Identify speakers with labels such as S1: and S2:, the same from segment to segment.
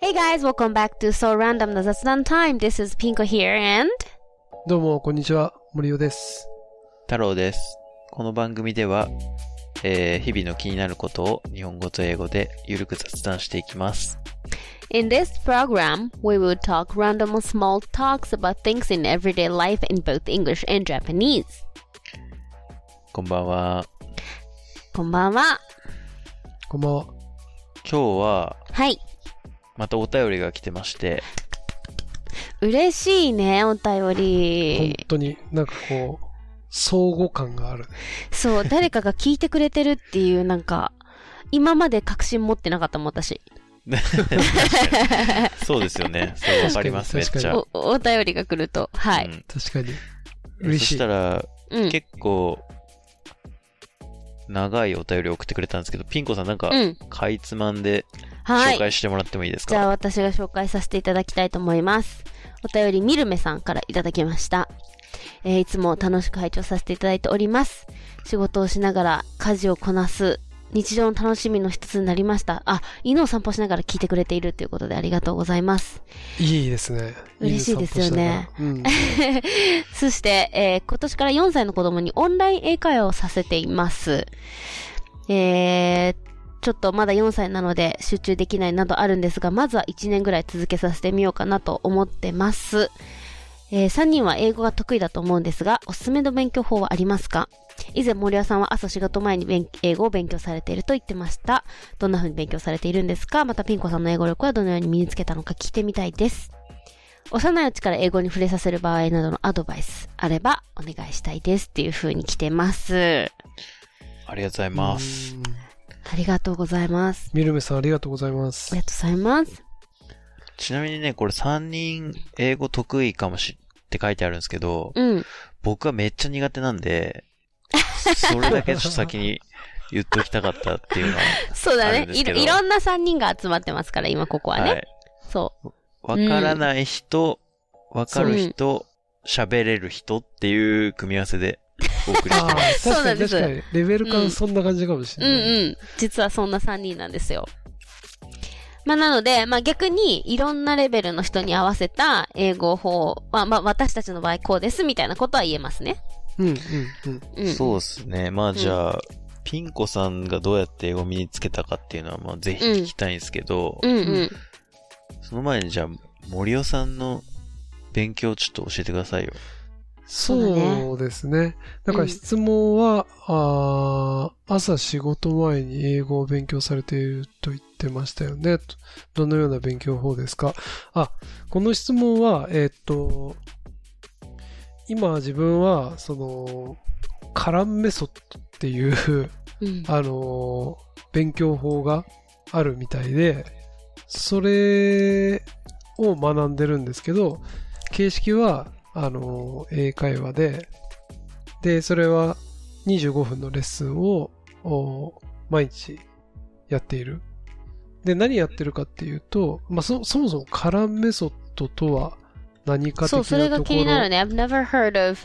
S1: Hey guys, welcome back to So Random の雑談 Time. This is Pinko here and
S2: どうも、こんにちは。森尾です。
S3: 太郎です。この番組では、えー日々の気になることを日本語と英語でゆるく雑談していきます。
S1: in this program, we will talk random small talks about things in everyday life in both English and Japanese.
S3: こんばんは。
S1: こんばんは。
S2: こんばんは。
S3: 今日は、
S1: はい。
S3: またお便りが来てまして、
S1: 嬉しいね、お便
S2: 本
S1: り。
S2: 当になんかこう、相互感がある。
S1: そう、誰かが聞いてくれてるっていう、なんか、今まで確信持ってなかったもん、私。
S3: そうですよね。 そうわかります、めっ
S2: 確かに
S3: ちゃ。
S1: お、お便りが来ると。は
S3: う
S1: い。
S3: ん
S2: 確かに。
S3: そ
S2: 嬉し
S3: し
S2: い。
S3: たら、
S1: うん。
S3: 結構、長いお便り送ってくれたんですけど、ピンコさんなんか
S1: う、ん。
S3: かいつまんで
S1: は
S3: 紹
S1: い。
S3: 介してもらってもいいです
S1: じゃあ
S3: か、
S1: 私が紹介させていただきたいと思います。お便りみるめさんからいただきました。えーいつも楽しく拝聴させていただいております。仕事をしながら家事をこなす日常の楽しみの一つになりました。あ、犬を散歩しながら聞いてくれているということでありがとうございます。
S2: いいですね。
S1: 嬉しいですよね
S2: 犬散歩しながら。
S1: そして、えー今年から4歳の子供にオンライン英会話をさせています。えーちょっとまだ4歳なので集中できないなどあるんですが、まずは1年ぐらい続けさせてみようかなと思ってます。え3人は英語が得意だと思うんですが、おすすめの勉強法はありますか以前森尾さんは朝仕事前に勉英語を勉強されていると言ってました。どんな風に勉強されているんですかまたピン子さんの英語力はどのように身につけたのか聞いてみたいです。幼いうちから英語に触れさせる場合などのアドバイスあればお願いしたいですっていう風に来てます。
S3: ありがとうござい
S2: うん。
S3: ます。
S2: うん。
S1: ありがとうございます。
S2: みるめさん、ありがとうございま
S1: あ
S2: す
S1: り。がとうございます。
S3: ちなみにね、これ3人英語得意かもしって書いてあるんですけど、
S1: うん。
S3: 僕はめっちゃ苦手なんで、それだけちょっと先に言っときたかったっていうのは、
S1: そうだ
S3: ある
S1: ね
S3: んで
S1: い
S3: すけ
S1: ろ。
S3: ど
S1: いろんな3人が集まって ますから、今ここはね。
S3: はい。
S1: そ
S3: わからない人、わかる人、喋れる人っていう組み合わせでお送りして
S2: あ
S3: ます。
S2: ー
S1: そう
S2: 確
S1: なんで
S2: かに確
S1: す
S2: かに。レベル
S1: う
S2: 感
S1: ん
S2: そんな感じかもし
S1: う。う
S2: れ
S1: ん
S2: な
S1: う
S2: い。
S1: ん。実はそんな3人なんですよ。まあなので、まあ逆にいろんなレベルの人に合わせた英語法、まあまあ私たちの場合こうですみたいなことは言えますね。
S2: うんうんうん。
S1: うん。
S3: そうですね。まあじゃあ、ピンコさんがどうやって英語を身につけたかっていうのは、まあぜひ聞きたいんですけど、
S1: うんうん。
S3: その前にじゃあ、森尾さんの勉強をちょっと教えてください
S1: う
S3: よ。
S1: だね
S2: そうですね。だか
S1: うん
S2: ら質問は、あー朝仕事前に英語を勉強されていると言ってましたよね。とどのような勉強法ですかあ、この質問は、えーっと、今自分は、その、カランメソッドっていう、
S1: うん。
S2: あのー勉強法があるみたいで、それを学んでるんですけど、形式は、あのー英会話で、で、それは25分のレッスンを、お毎日やっている。で、何やってるかっていうと、まあ、そ、そもそもカランメソッドとは何か的なところ
S1: そう、それが気になるね。I've never heard of.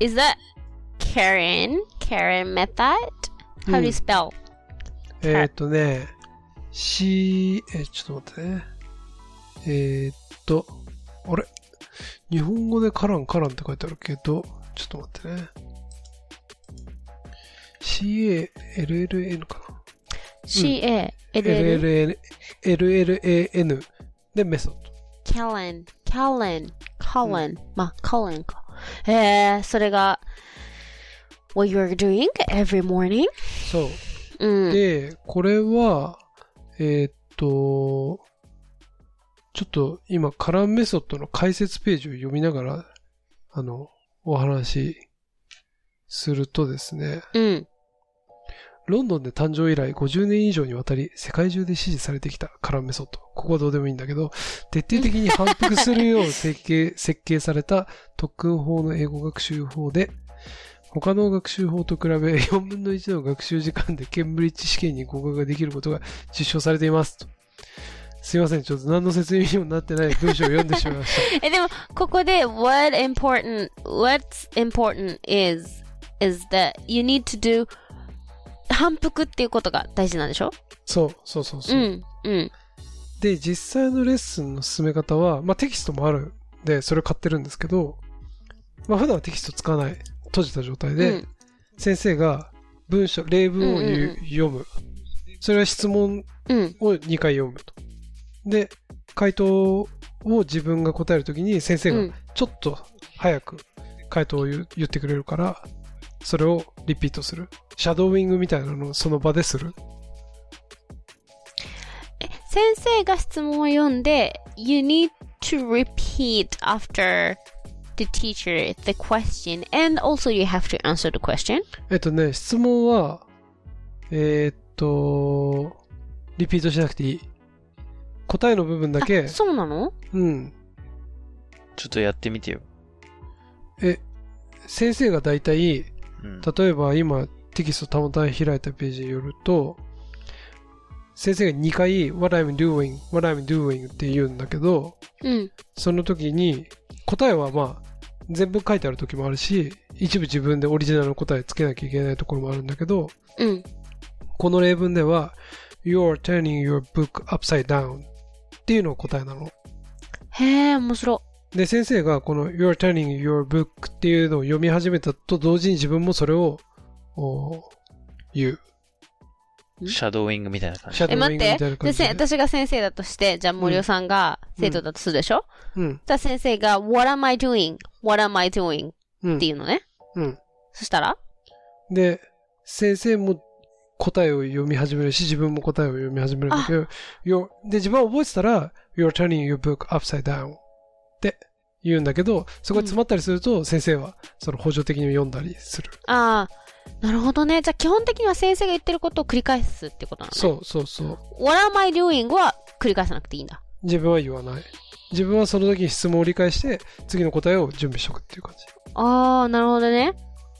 S1: Is that Karen? Karen method? How do
S2: う
S1: you
S2: ん
S1: spell?
S2: えーっとね、C、えー、ちょっと待ってね。えーっと、あれ日本語でカランカランって書いてあるけど、ちょっと待ってね。CALLN かな Hmm.
S1: C-A. LL?
S2: ?LLN、LLAN でメソッ
S1: Karen. Karen. Colin.
S2: Hmm.
S1: まあ、Colin か。えー、それが、what you're doing every morning? Mm,
S2: ド。そう。
S1: うん。
S2: で、これは、えーっと、ちょっと今、カランメソッドの解説ページを読みながら、あの、お話しするとですね、
S1: うん。
S2: ロンドンで誕生以来50年以上にわたり世界中で支持されてきたカランメソッド。ここはどうでもいいんだけど、徹底的に反復するよう設計、 設計された特訓法の英語学習法で、他の学習法と比べ4分の1の学習時間でケンブリッジ試験に合格ができることが実証されていますと。すいません、ちょっと何の説明にもなってない文章を読んでしまいました。
S1: え、でも、ここで、what important, what's important is, is that you need to do 反復っていうことが大事なんでしょ
S2: そう、そうそうそうう。
S1: ん。うん。
S2: で、実際のレッスンの進め方は、まあ、テキストもあるんで、それを買ってるんですけど、まあ、普段はテキスト使わない、閉じた状態で、
S1: うん
S2: 先生が文章、例文を言う
S1: うんうん
S2: 読む。それは質問
S1: うん。
S2: を2回読むと。で、回答を自分が答えるときに先生
S1: う
S2: が
S1: ん。
S2: ちょっと早く回答を言う言ってくれるから、それをリピートする。シャドーイングみたいなのをその場でする。
S1: え先生が質問を読んで、You need to repeat after the teacher the question, and also you have to answer the question.
S2: えっとね、質問は、えーっと、リピートしなくていい。答えの部分だけ
S1: あ、そうなの
S2: うん。
S3: ちょっとやってみてよ。
S2: え、先生が大体、
S3: うん。
S2: 例えば今テキストたまたま開いたページによると先生が2回 What I'm doing, What I'm doing って言うんだけど
S1: うん。
S2: その時に答えはまあ全部書いてある時もあるし一部自分でオリジナルの答えつけなきゃいけないところもあるんだけど
S1: うん。
S2: この例文では You're turning your book upside down っていうのが答えなの
S1: へえ、面白。
S2: で先生がこの You're turning your book っていうのを読み始めたと同時に自分もそれをお言う
S3: シャドーイングみたいな感じ
S2: シ。ャ
S1: え、
S2: ドウ
S1: 待っ
S2: イングみ
S1: て
S2: たいな。感
S1: で、
S2: じで
S1: せ私が先生だとして、じゃあ森尾さんが生徒だとするでしょ、
S2: うん。
S1: じゃあ先生が、What am I doing? What am I doing? っ
S2: うん
S1: て。いうのね。
S2: うん。
S1: そしたら
S2: で、先生も答えを読み始めるし、自分も答えを読み始めるんだけど、よで、自分は覚えてたら、You're turning your book upside down って言うんだけど、そこに詰まったりすると、先生はその補助的に読んだりする。
S1: ああ、なるほどね。じゃあ基本的には先生が言ってることを繰り返すってことなのね。
S2: そうそうそう。
S1: What am I doing? は繰り返さなくていいんだ。
S2: 自分は言わない。自分はその時に質問を理解して、次の答えを準備しとくっていう感じ。
S1: ああ、なるほどね。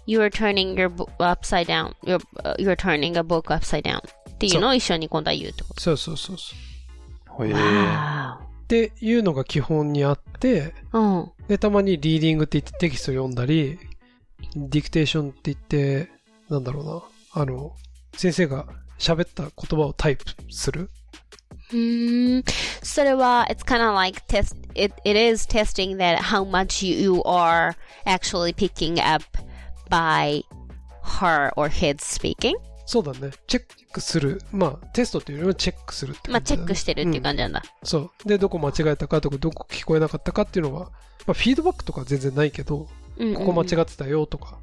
S1: You are turning your book upside down. You're, you are turning a book upside down. っていうのを一緒に今度は言うってこと。
S2: そうそうそうそう。
S3: へえ。
S1: わ
S2: っていうのが基本にあって、
S1: ーうん。
S2: で、たまにリーディングって言ってテキスト読んだり、ディクテーションって言って、なんだろうな、あの、先生が喋った言葉をタイプする。
S1: うーんそれは、it's kind of like test, it, it is testing that how much you are actually picking up by her or his speaking.
S2: そうだね。チェックする。まあ、テストっていうよりもチェックするって
S1: まあ、
S2: 感
S1: チ
S2: じ
S1: ェ
S2: だね、
S1: ックしてるっていう感じなんだ。
S2: うんそう。で、どこ間違えたかとか、どこ聞こえなかったかっていうのは、まあ、フィードバックとかは全然ないけど、
S1: うん
S2: ここ間違ってたよとか、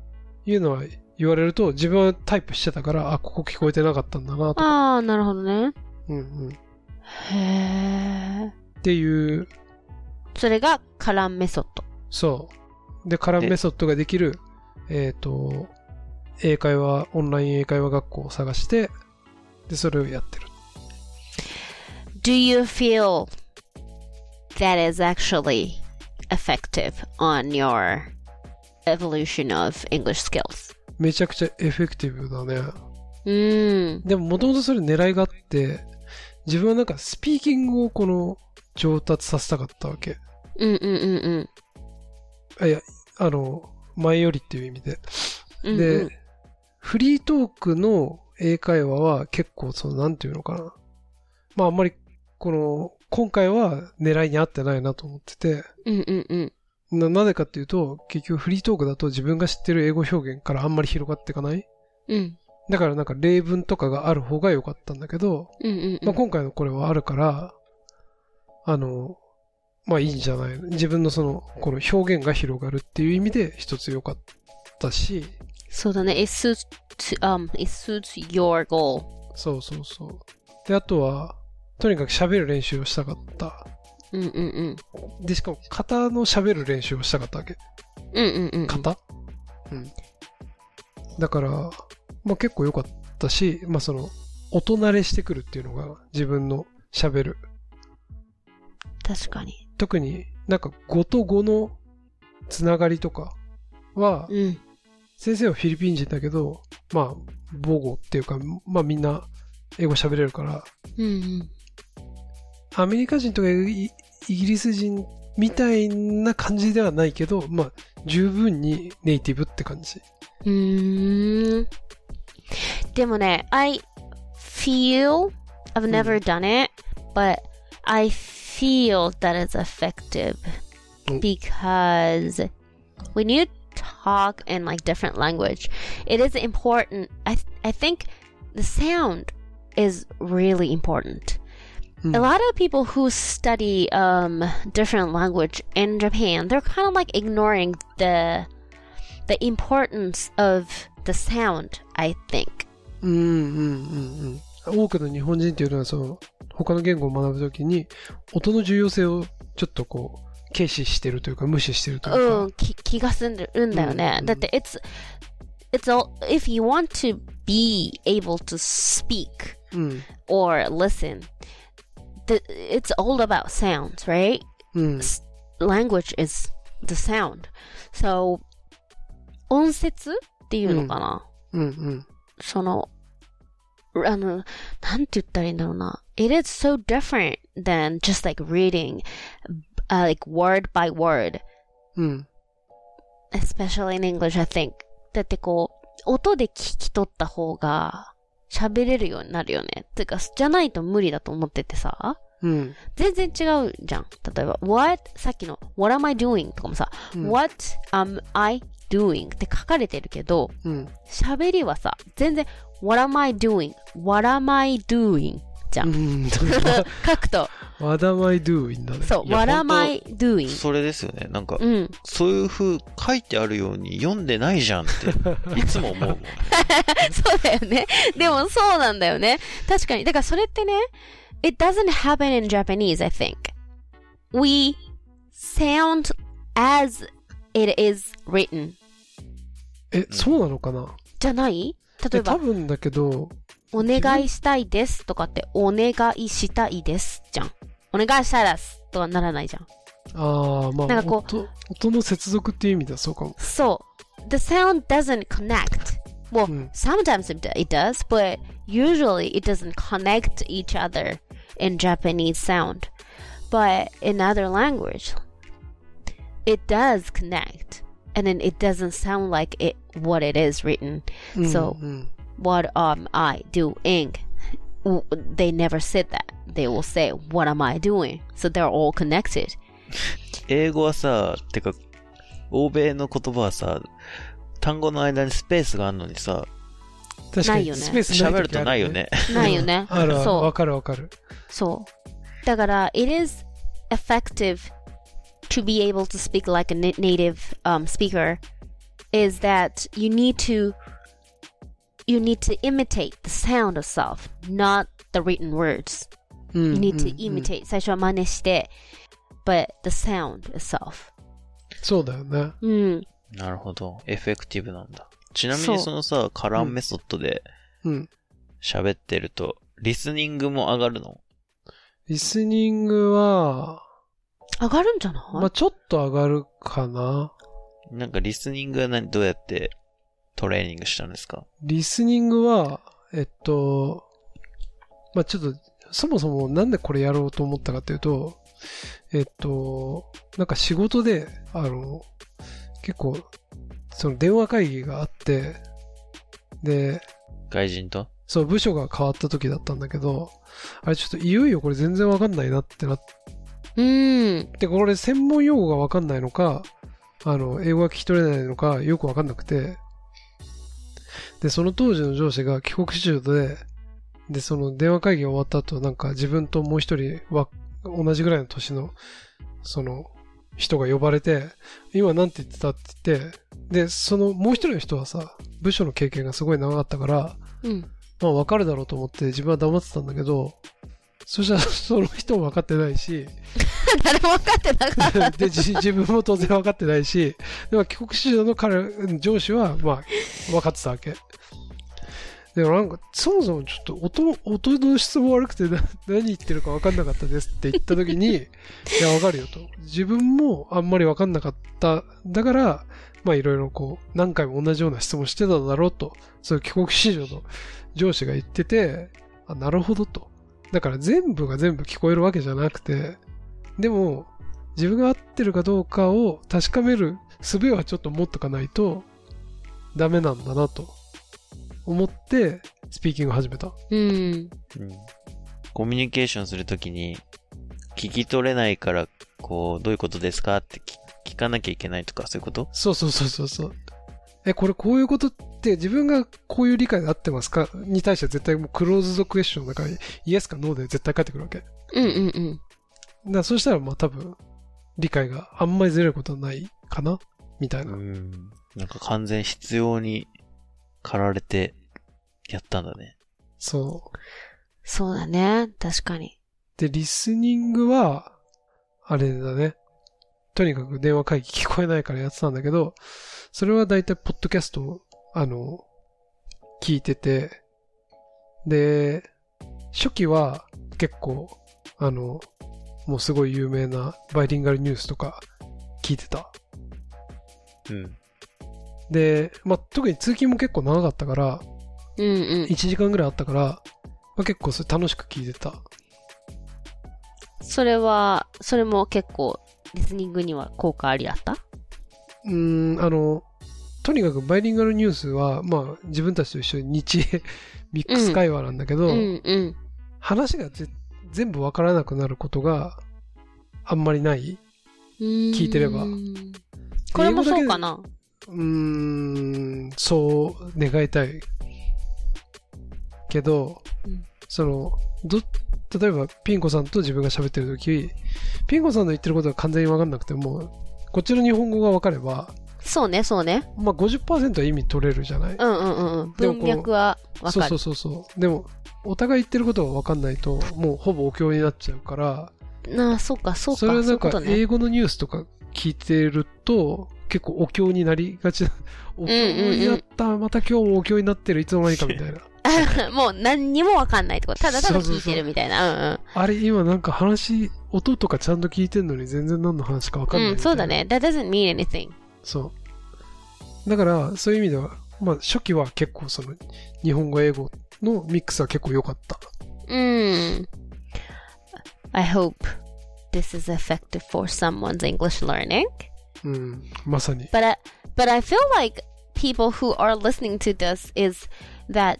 S2: いうのは言われると、自分はタイプしてたから、あ、ここ聞こえてなかったんだなとか、
S1: ああ、なるほどね。
S2: うんうん。っ
S1: へえ。
S2: ていう
S1: それがカランメソッド。
S2: そう。で、カランメソッドができる、えっ、と、英会話、オンライン英会話学校を探して、で、それをやってる。
S1: Do you feel that is actually effective on your evolution of English skills?
S2: めちゃくちゃエフェクティブだね。
S1: うん。
S2: でも、もともとそれ狙いがあって、自分はなんかスピーキングをこの、上達させたかったわけ。
S1: うんうんうん
S2: あいや、あの、前よりっていう意味で。
S1: うん。
S2: で、
S1: うんうん、
S2: フリートークの英会話は結構、その、なんていうのかな。まあ、あんまり、この、今回は狙いに合ってないなと思ってて、
S1: うんうんうん。
S2: な、なぜかっていうと、結局フリートークだと自分が知ってる英語表現からあんまり広がっていかない。
S1: うん。
S2: だからなんか例文とかがある方が良かったんだけど、
S1: うんうんうん
S2: まあ、今回のこれはあるから、あの、まあいいんじゃない自分のその、この表現が広がるっていう意味で一つ良かったし、
S1: そうだね。It suits, um, it suits your goal.
S2: そうそうそう。で、あとは、とにかく喋る練習をしたかった。
S1: うんうんうん。
S2: で、しかも、型の喋る練習をしたかったわけ。
S1: うんうんうん。
S2: 型うん。だから、まあ結構良かったし、まあその、音慣れしてくるっていうのが自分の喋る。
S1: 確かに。
S2: 特になんか語と語のつながりとかは、
S1: うん。
S2: 先生はフィリピン人だけど、まあ母語っていうか、まあみんな英語喋れるから、
S1: うん
S2: アメリカ人とかイイギリス人みたいな感じではないけど、まあ十分にネイティブって感じ。
S1: うん。うーん。でもね、I feel I've never done it, but I feel that it's effective
S2: Mm.
S1: because when you talk in like different language, it is important. I th- I think the sound is really important. A lot of people who study um, different language in Japan, they're kind of like ignoring the the importance of the sound. I think.
S2: うんうんうんうん。多くの日本人っていうのは、その、他の言語を学ぶときに、音の重要性をちょっとこう、軽視してるというか、無視してるというか。
S1: うん、き気が済んでるんだよね。
S2: うん
S1: だって、it's, it's all, if you want to be able to speak
S2: うん。
S1: or listen, the, it's all about sounds, right?
S2: うん。
S1: Language is the sound. So, 音節っていうのかな、
S2: うん。うん。
S1: その、あの、なんて言ったらいいんだろうな。It is so different than just like reading, uh, like word by word.
S2: うん。
S1: especially in English, I think. だってこう、音で聞き取った方が喋れるようになるよね。てか、じゃないと無理だと思っててさ。
S2: うん。
S1: 全然違うじゃん。例えば、what? さっきの what am I doing? とかもさ、what am I doing? って書かれてるけど、
S2: うん。
S1: 喋りはさ、全然 what am I doing? what am I doing? じゃん。
S2: うん。
S1: 書くと、
S2: What am I doing だね。
S1: そう、
S3: いや
S1: what am I
S3: い。
S1: doing?
S3: それですよね。なんか、
S1: うん。
S3: そういう風書いてあるように読んでないじゃん って、いつも思うもん。
S1: そうだよね。でもそうなんだよね。確かに。だからそれってね、It doesn't happen in Japanese, I think. We sound as it is written.
S2: え、そうなのかな
S1: じゃない
S2: え
S1: 例え
S2: 多
S1: ば、
S2: 分だけど、
S1: お願いしたいですとかって、お願いしたいですじゃん。お願いしたらすとはならないじゃん。
S2: ああ、まあ、
S1: なんかこ
S2: 音音の接続っていう意味だ、そうかも。
S1: そう。The sound doesn't connect. Well,
S2: うん
S1: sometimes it, it does, but usually it doesn't connect each other in Japanese sound. But in other language, it does connect. And then it doesn't sound like it what it is written.
S2: うん
S1: So
S2: うん。
S1: What am I doing? W- They never said that. They will say, What am I doing? So they're all connected.
S3: 英語はさ、てか、欧米の言葉はさ、単語の間にスペースがあるのにさ、
S2: 確か
S1: ない
S2: に、
S1: よね
S2: スペース
S3: 喋
S2: ない時あ
S3: るとないよ。ね。
S1: ないよね。
S2: あるある。
S1: そう
S2: わ。かるわかる。
S1: そう。だから、it is effective to be able to speak like a na- native um, speaker is that you need to you need to imitate the sound of self, not the written words.
S2: うん
S1: You need to
S2: うんうん
S1: imitate. 最初は真似して、but the sound itself. Hmm.
S2: そうだよね。
S1: うん。
S3: なるほど。エフェクティブなんだ。ちなみ
S1: そう
S3: にそのさ、カランメソッドで
S2: うん。
S3: 喋ってると、リスニングも上がるの
S2: リスニングは、
S1: 上がるんじゃない、
S2: まあちょっと上がるかな。
S3: なんかリスニングは何、どうやってトレーニングしたんですか
S2: リスニングは、えっと、まあちょっと、そもそもなんでこれやろうと思ったかというと、えっと、なんか仕事で、あの、結構、その電話会議があって、で、
S3: 外人と
S2: そう、部署が変わった時だったんだけど、あれちょっといよいよこれ全然わかんないなってなっ
S1: うん。
S2: で、これ専門用語がわかんないのか、あの、英語が聞き取れないのか、よくわかんなくて、で、その当時の上司が帰国子女で、で、その電話会議が終わった後、なんか自分ともう一人は、同じぐらいの年の、その、人が呼ばれて、今なんて言ってたって言って、で、そのもう一人の人はさ、部署の経験がすごい長かったから、
S1: うん。
S2: まあ分かるだろうと思って自分は黙ってたんだけど、そしたらその人も分かってないし、
S1: 誰も分かってなかった。
S2: で自自分も当然分かってないしでも帰国子女の彼上司はまあ分かってたわけでもなんかそもそもちょっと音音の質も悪くて な何言ってるか分かんなかったですって言った時にいや分かるよと自分もあんまり分かんなかっただからまあいろいろこう何回も同じような質問してただろうとそういう帰国子女の上司が言っててあなるほどとだから全部が全部聞こえるわけじゃなくてでも自分が合ってるかどうかを確かめる術はちょっと持っとかないとダメなんだなと思ってスピーキングを始めた。
S1: うん。
S3: うん。コミュニケーションするときに、聞き取れないから、こう、どういうことですかって聞聞かなきゃいけないとか、そういうこと
S2: そうそうそうそうそう。え、これこういうことって自分がこういう理解で合ってますかに対しては絶対もうクローズドクエスチョンだからイエスかノーで絶対返ってくるわけ。だか
S1: うんうんうん。
S2: らそうしたらまあ多分理解があんまりずれることはないかなみたいな。
S3: ん。なんか完全必要に駆られてやったんだね。
S2: そう。
S1: そうだね。確かに。
S2: で、リスニングは、あれだね。とにかく電話会議聞こえないからやってたんだけど、それはだいたいポッドキャストを、あの、聞いてて、で、初期は結構、あの、もうすごい有名なバイリンガルニュースとか聞いてた。
S3: うん。
S2: で、まあ、特に通勤も結構長かったから、
S1: うんうん。
S2: 1時間ぐらいあったから、まあ、結構それ楽しく聞いてた。
S1: それは、それも結構、リスニングには効果ありだった
S2: うーん、あの、とにかくバイリンガルニュースは、まあ、自分たちと一緒に日英ミックス会話なんだけど、
S1: うんうん。
S2: 話がぜ全部わからなくなることがあんまりない。聞
S1: 聞
S2: いてれば。
S1: これも
S2: 英語だ
S1: そ
S2: け
S1: う
S2: で
S1: かな
S2: うーん、そう願いたい。けど、
S1: うん
S2: その、ど、例えばピン子さんと自分が喋ってるとき、ピン子さんの言ってることが完全にわかんなくても、こっちの日本語がわかれば、
S1: そうね、そうね。
S2: まあ50%は意味取れるじゃない。
S1: うんうんうんうん。
S2: でもこ
S1: 文
S2: う
S1: 脈はわか
S2: そ
S1: る
S2: う。そうそうそうでもお互い言ってることが分かんないともうほぼお経になっちゃうから
S1: なあ、そうか、そうか。
S2: れは
S1: そうい
S2: な
S1: うんこ
S2: か
S1: とね。
S2: 英語のニュースとか聞いてると結構お経になりが ちなお経になった、また今日もお経になってるいつの間にかみたいな
S1: もう何にもわかんないってこと。ただただ
S2: そうそ
S1: 聞
S2: う
S1: い
S2: そう
S1: てるみたいな。うん
S2: あれ今なんか話音とかちゃんと聞いてんのに全然何の話か分かん
S1: う
S2: ない
S1: ん。うん、
S2: みたいな
S1: そうだね。That doesn't mean anything.
S2: そうだからそういう意味では、まあ、初期は結構その日本語英語のミックスは結構良かった
S1: うん。I hope this is effective for someone's English learning.
S2: うんまさに
S1: But I, but I feel like people who are listening to this is that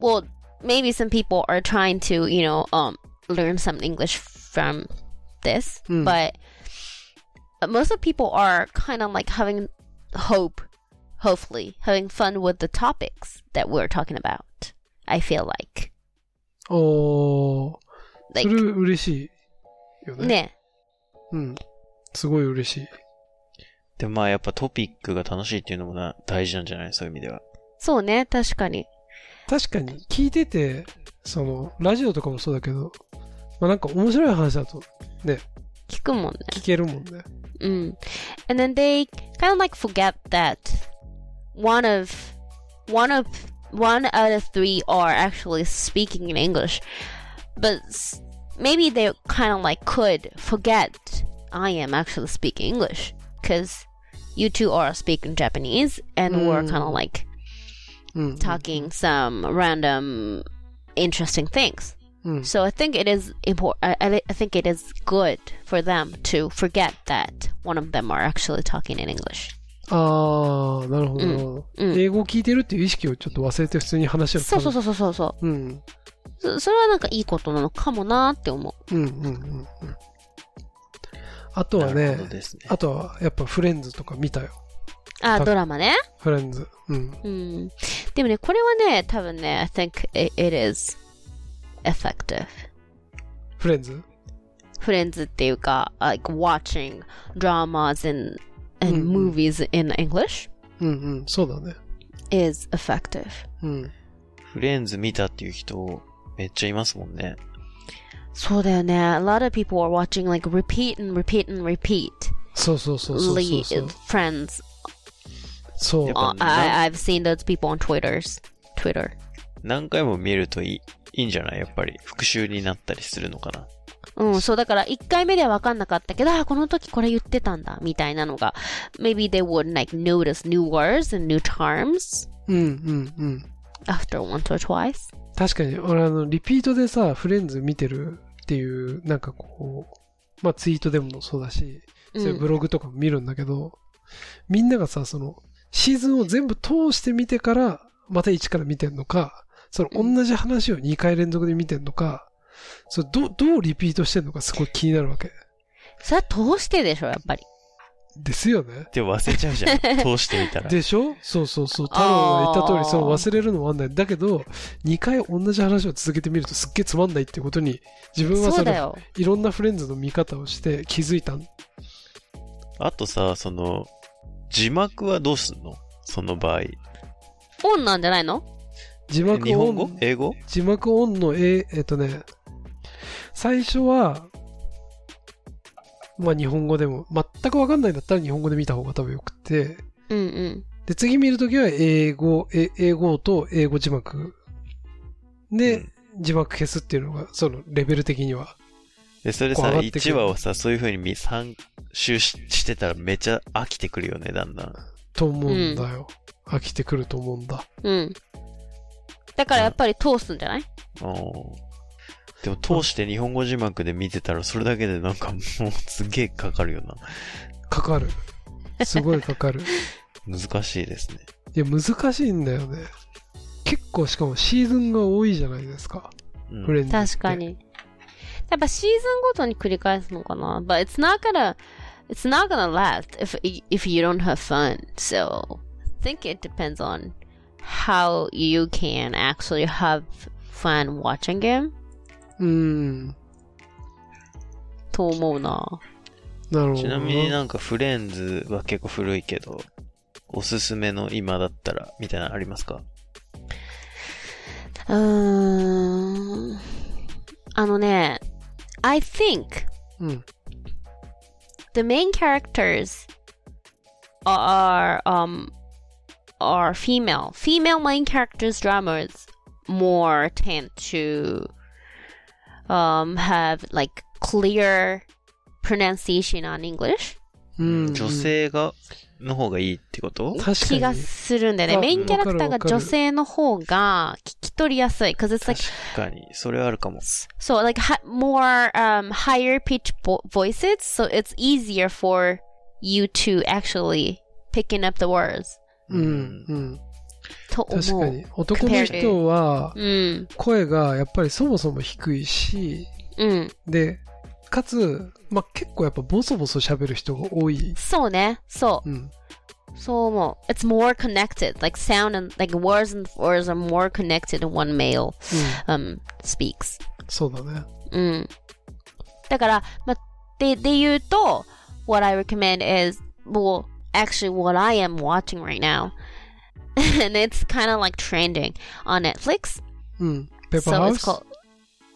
S1: well maybe some people are trying to you know um learn some English from this,
S2: Mm.
S1: but most of people are kind of like having hope, hopefully having fun with the topics that we're talking about. I feel like
S2: おー
S1: like
S2: それ嬉しいよね。
S1: yeah.
S2: うん。すごい嬉しい。
S3: でもまあやっぱトピックが楽しいっていうのもな、大事なんじゃないそういう意味では。
S1: そうね、確かに。
S2: 確かに聞いてて、その、ラジオとかもそうだけど、まあなんか面白い話だと
S1: 聞くもんね。
S2: 聞けるもんね。
S1: Mm. And then they kind of like forget that one of one of one out of three are actually speaking in English, but s- maybe they kind of like could forget I am actually speaking English because you two are speaking Japanese and we're kind of
S2: Mm.
S1: like
S2: うん。
S1: talking some random interesting things.
S2: うん。
S1: So I think it is important. I, I- I think it is good for them to forget that one of them are actually talking in English.
S2: あー、なるほどなるほど。
S1: うんうん
S2: 英語を聞いてるっていう意識をちょっと忘れて普通に話を
S1: そうそう
S2: そ。
S1: そうそうそうそう
S2: うん。
S1: う。そそれはなんかいいことなのかもなーって思う。
S2: うんうんうんうん。あとは
S3: なる
S2: ね
S3: ほど、ですね。
S2: あとはやっぱフレンズとか見たよ。
S1: あ、
S2: た
S1: ドラマね。
S2: フレンズ。うん。
S1: うん。でもね、これはね、多分ね、I think it, it is effective.
S2: フレンズ
S1: フレンズっていうか、like watching dramas and,
S2: う
S1: and
S2: んうん
S1: movies in English
S2: うんうん。そうだね。
S1: is effective.
S2: うん。
S3: フレンズ見たっていう人、めっちゃいますもんね。
S1: そうだよね。A lot of people are watching like repeat and repeat and repeat.
S2: そうそうそうそうそう
S1: Lee
S2: そう。
S1: friends.
S2: そう
S3: やっ。ぱ
S1: On, I, I've seen those people on Twitter's Twitter.
S3: 何回も見るといい、いいんじゃないやっぱり。復習になったりするのかな。
S1: うん、そうだから1回目では分かんなかったけど、あ、この時これ言ってたんだ、みたいなのが。Maybe they would like notice new words and new terms
S2: うんうんうん。
S1: after once or twice.
S2: 確かに、俺あの、リピートでさ、フレンズ見てるっていう、なんかこう、まあツイートでもそうだし、そういうブログとかも見るんだけど、みんながさ、その、シーズンを全部通して見てから、また一から見てんのか、その同じ話を2回連続で見てんのか、それどう、どうリピートしてるのかすごい気になるわけ。
S1: それは通してでしょ、やっぱり。
S2: ですよね。
S3: でも忘れちゃうじゃん。 通してみたら。
S2: でしょそうそうそう。太郎が言った通
S1: あー
S2: り、その忘れるのもあんない。だけど、2回同じ話を続けてみるとすっげえつまんないってことに、自分は
S1: そ
S2: そう
S1: だ
S2: の、
S1: よ。
S2: いろんなフレンズの見方をして気づいたん。
S3: あとさ、その、字幕はどうすんのその場合。
S1: オンなんじゃないの
S2: 字幕
S3: 日
S2: オ
S3: 本
S2: ン
S3: 語英語
S2: 字幕オンのええっとね、最初は、まあ日本語でも、全くわかんないんだったら日本語で見た方が多分よくて、
S1: うんうん。
S2: で、次見るときは英語、え英語と英語字幕。で、
S3: うん
S2: 字幕消すっていうのが、そのレベル的には。
S3: で、それ
S2: こう
S3: さ、
S2: 上がってくる
S3: 1話をさ、そういう風に見3周ししてたらめちゃ飽きてくるよね、だんだん。
S2: と思うんだよ。飽きてくると思うんだ。
S1: うん。だからやっぱり通すんじゃない
S3: おーでも通して日本語字幕で見てたらそれだけでなんかもうすげえかかるよな。
S2: かかる。すごいか かる。
S3: 難しいですね。
S2: いや、難しいんだよね。結構しかもシーズンが多いじゃないですか。
S3: うん
S2: フレンズって
S1: 確か。に。やっぱシーズンごとに繰り返すのかな But it's not gonna, it's not gonna last if, if you don't have fun. So, I think it depends on how you can actually have fun watching it.
S2: うん。
S1: と思うな。
S2: なるほど。
S3: ちなみになんかフレンズは結構古いけど、おすすめの今だったらみたいなのありますか
S1: うーん。あのね、I think
S2: うん。
S1: the main characters are um are female. Female main characters dramas more tend to um have like clear pronunciation on English
S2: うん。
S3: 女性が、の方がいいってこと
S2: 確かに。
S1: 気がするんだよね。
S2: あ
S1: メインキャラクター
S2: わかる
S1: が
S2: わかる
S1: 女性の方が聞き取りやすい。'Cause it's like
S3: 確かに。それはあるかも。
S1: So like ha- more um, higher pitch vo- voices, so it's easier for you to actually picking up the words.
S2: うん。うん。
S1: と思う。
S2: 確かに。男の人は、
S1: うん。
S2: 声がやっぱりそもそも低いし、
S1: うん。
S2: で、かつ、まあ、結構やっぱボソボソ喋る人が多い。
S1: そうね。そ
S2: うん。
S1: う。そう思う。It's more connected. Like sound and like words and words are more connected when one male
S2: う
S1: um
S2: ん
S1: speaks.
S2: そうだね。
S1: うん。だから、まあ、で、で言うと、what I recommend is, well, actually what I am watching right now. And it's kind of like trending on Netflix.
S2: うん。ペーパー
S1: so
S2: ハウ
S1: it's
S2: ス
S1: called,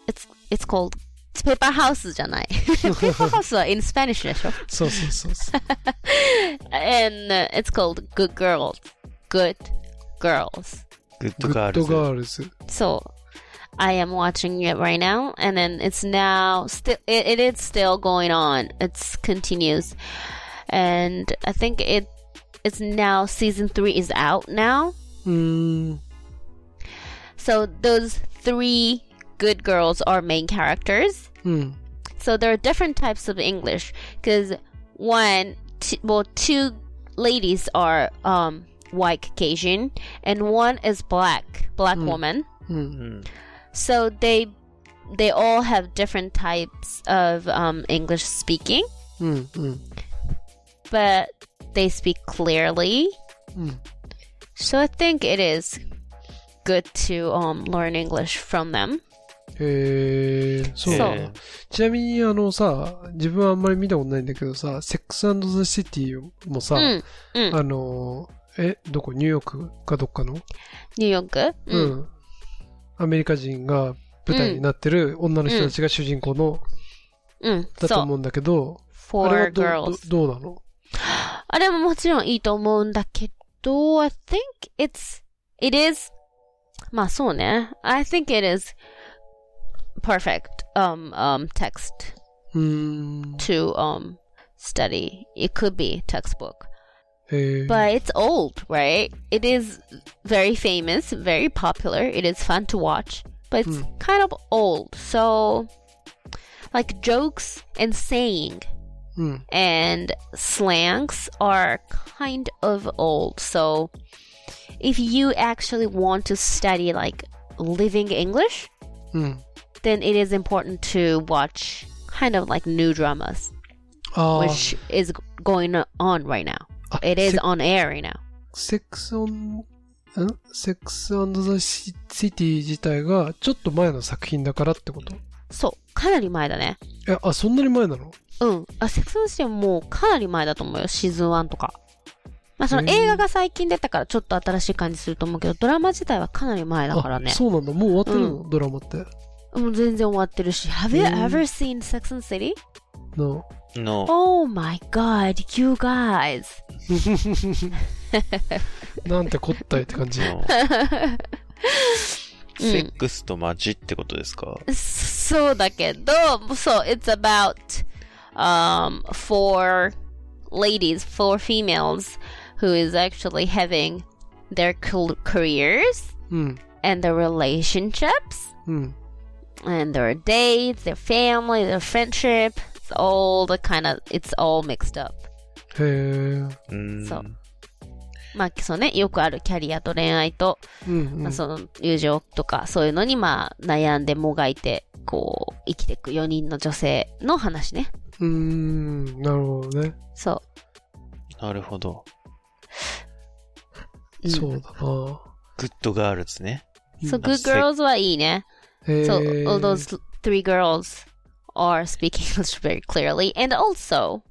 S1: it's, it's called, it's Paper House じゃない。Paper House は in Spanish でしょ。
S2: そうそうそうそ
S1: And、uh, it's called Good Girls. Good Girls.
S3: グッ
S2: う。
S3: ド
S2: グッ
S3: ガー
S2: ド
S3: ルズ。
S2: ガールズ。
S1: So I am watching it right now, and then it's now still it, it is still going on. It's continues, and I think it it's now season three is out now.
S2: うーん。
S1: So those three good girls are main characters.
S2: うん。
S1: So there are different types of English because one, t- well, two ladies are um white Caucasian, and one is black black
S2: Mm.
S1: woman.
S2: う。
S3: うんん。
S1: So they they all have different types of um, English speaking,
S2: うん。うん。
S1: but they speak clearly.
S2: うん。
S1: So I think it is good to um, learn English from them.
S2: へー、そうなんだ
S3: えー
S2: ちなみにあのさ、自分はあんまり見たことないんだけどさ、セックスザ・シティもさ、
S1: うん、うん
S2: あのー、え、どこニューヨークかどっかの
S1: ニューヨーク、う、
S2: うんん。アメリカ人が舞台になってる女の人たちが主人公の、
S1: うん、
S2: だと
S1: そう。
S2: 思うんだけど、あれ
S1: For
S2: はどど
S1: Hmm. girls.
S2: どうなの
S1: あれももちろんいいと思うんだけど、I think it's, it is, まあそうね。I think it is perfect um, um, text
S2: うーん。
S1: to um study. It could be textbook,
S2: えー
S1: but it's old, right? It is very famous, very popular. It is fun to watch, but it's
S2: Mm.
S1: kind of old. So, like jokes and saying
S2: うん。
S1: and slangs are kind of old. So, if you actually want to study like living English,
S2: うん。
S1: then it is important to watch kind of like new dramas,
S2: ああ、
S1: which is going on right now.
S2: あ
S1: It is on air right now.
S2: セセックスオン、んセックスザシティ自体がちょっと前の作品だからってこと
S1: そう、かなり前だね。
S2: え、あ、そんなに前なの
S1: うん。あ、セックスアンドシティはもうかなり前だと思うよ。シーズン1とか。まあその
S2: へー
S1: 映画が最近出たからちょっと新しい感じすると思うけど、ドラマ自体はかなり前だからね
S2: あ。そうなんだ。もう終わってるの、ドラマって。
S1: もう全然終わってるし。Have you
S2: へー
S1: ever seen Sex and the City?
S2: な
S3: No.
S1: Oh my god, you guys!
S2: なんてこったいって 感じ。
S3: No. セックスとマジってことですか
S1: そうだけど、そう、it's about um, four ladies, four females who is actually having their cal- careers
S2: うん。
S1: and their relationships
S2: うん。
S1: and their dates, their family, their friendship. It's all the kind of, it's all mixed up.
S2: へえ。
S3: うーん
S1: そうまあ、そうね、よくあるキャリアと恋愛と、
S2: うん、う
S1: まあ、
S2: ん。
S1: その友情とか、そういうのに、まあ、悩んでもがいて、こう、生きていく4人の女性の話ね。
S2: うーん。なるほどね。
S1: そ
S3: なるほど。
S1: う。ん
S2: そうだな。
S3: グッドガールズね。
S1: So
S2: うん
S1: good
S3: sick.
S1: girls はいいね。
S2: へえ。
S1: So all those three girls are speaking English very clearly, and also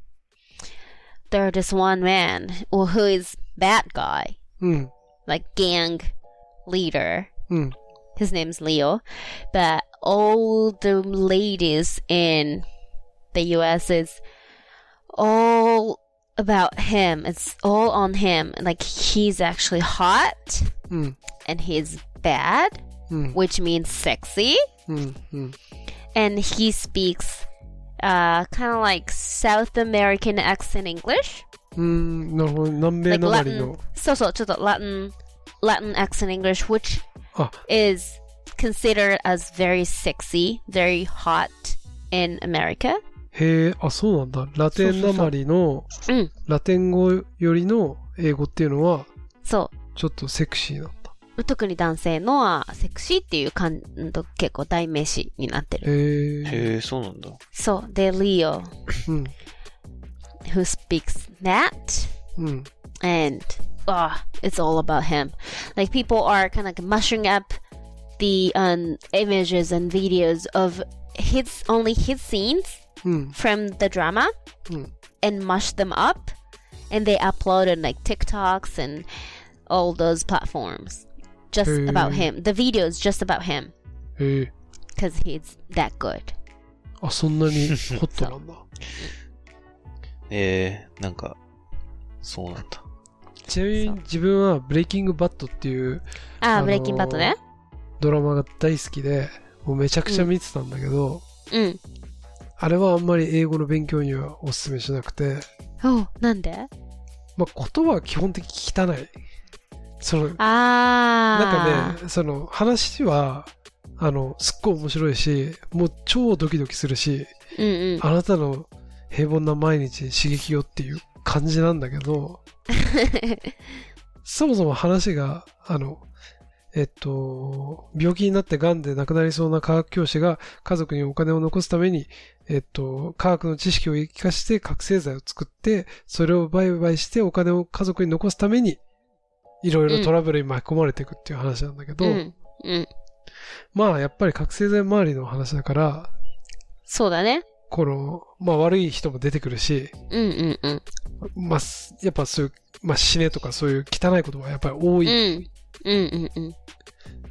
S1: there this one man well, who is bad guy,
S2: うん。
S1: like gang leader.
S2: うん。
S1: His name's Leo, but all the ladies in the U.S. is all about him. It's all on him. Like he's actually hot
S2: うん。
S1: and he's bad.
S2: うん。
S1: which means sexy,
S2: うん。うん。
S1: and he speaks uh, kind of like South American accent English,
S2: うーん。なるほど。南米
S1: like
S2: なまりの
S1: Latin. So so, just Latin, Latin accent English, which
S2: あ、
S1: is considered as very sexy, very hot in America.
S2: へえ。あ、そうなんだ。ラテンなまりの、
S1: うん、
S2: ラテン語よりの英語っていうのは、
S1: そ
S2: ちょっとセクシーなんだ。
S1: う。特に男性のはセクシーっていうかんと結構代名詞になってる。
S2: へえ。
S3: へえ、そうなんだ。
S1: そう。で、Leo,
S2: うん。
S1: who speaks that,
S2: うん。
S1: and ah, it's all about him. Like people are kind of like mushing up the um, images and videos of his only his scenes
S2: うん。
S1: from the drama
S2: Hmm.
S1: and mush them up, and they upload on like TikToks and all those platforms just
S2: Hmm.
S1: about him. The videos just about him
S2: へえ。
S1: because he's that good.
S2: あ、そんなにホットなんだ。
S3: えー、なんか、そうなんだ。
S2: ちなみに
S1: そう
S2: 自分はブレイキングバットっていう
S1: ああ、
S2: あのー
S1: ブレイキンバットね。
S2: ドラマが大好きで、もうめちゃくちゃ見てたんだけど、
S1: うん。
S2: あれはあんまり英語の勉強にはお勧めしなくて、
S1: おうなんで
S2: まあ、言葉は基本的に汚い。その、
S1: Ah.
S2: な
S1: ああ
S2: ん。かね、その話は、あの、すっごい面白いし、もう超ドキドキするし、
S1: うん うん。
S2: あなたの平凡な毎日に刺激をっていう感じなんだけど、そもそも話が、あの、えっと、病気になって癌で亡くなりそうな科学教師が家族にお金を残すために、えっと、科学の知識を生かして覚醒剤を作って、それを売買してお金を家族に残すために、いろいろトラブルに巻き込まれていくっていう話なんだけど、
S1: うんうん。
S2: まあやっぱり覚醒剤周りの話だから、
S1: そうだね。
S2: この、まあ悪い人も出てくるし、
S1: うんうんうん。
S2: まあ、すやっぱそういう、まあ、死ねとかそういう汚い言葉はやっぱり多
S1: う
S2: い。
S1: ん。うんうんうん。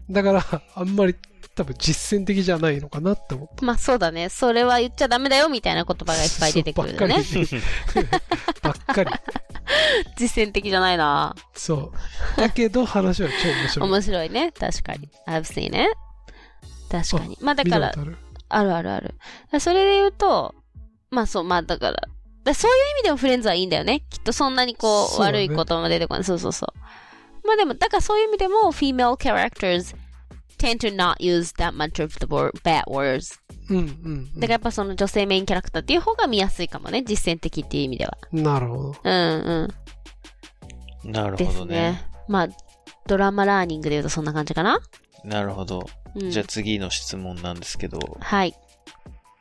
S2: だから、あんまり多分実践的じゃないのかなって思っ
S1: まあそうだね。それは言っちゃダメだよみたいな言葉
S2: た。
S1: がいっぱい出てくるよね。
S2: そうばっ かり。ばっかり。
S1: 実践的じゃないな。
S2: そう。だけど話は超面白い。
S1: 面白いね。確かに。I've seen it. 確かに。まあだ
S2: 見
S1: から
S2: たこ、とある。
S1: あるあるある。それで言うと、まあそう、まあだから、だそういう意味でもフレンズはいいんだよね。きっとそんなにこう、
S2: そうだね
S1: 悪いことも出てこない。そうそうそう。まあでも、だからそういう意味でも、female characters tend to not use that much of the word, bad words.
S2: うんうん
S1: だからやっぱその女性メインキャラクターっていう方が見やすいかもね。実践的っていう意味では。
S2: うん。なるほど。
S1: うんうん。
S3: なる
S1: で
S3: ほ
S1: す
S3: どね。
S1: ね。まあ、ドラマラーニングで言うとそんな感じかな
S3: なるほど。
S1: うん
S3: じゃあ次の質問なんですけど、
S1: はい。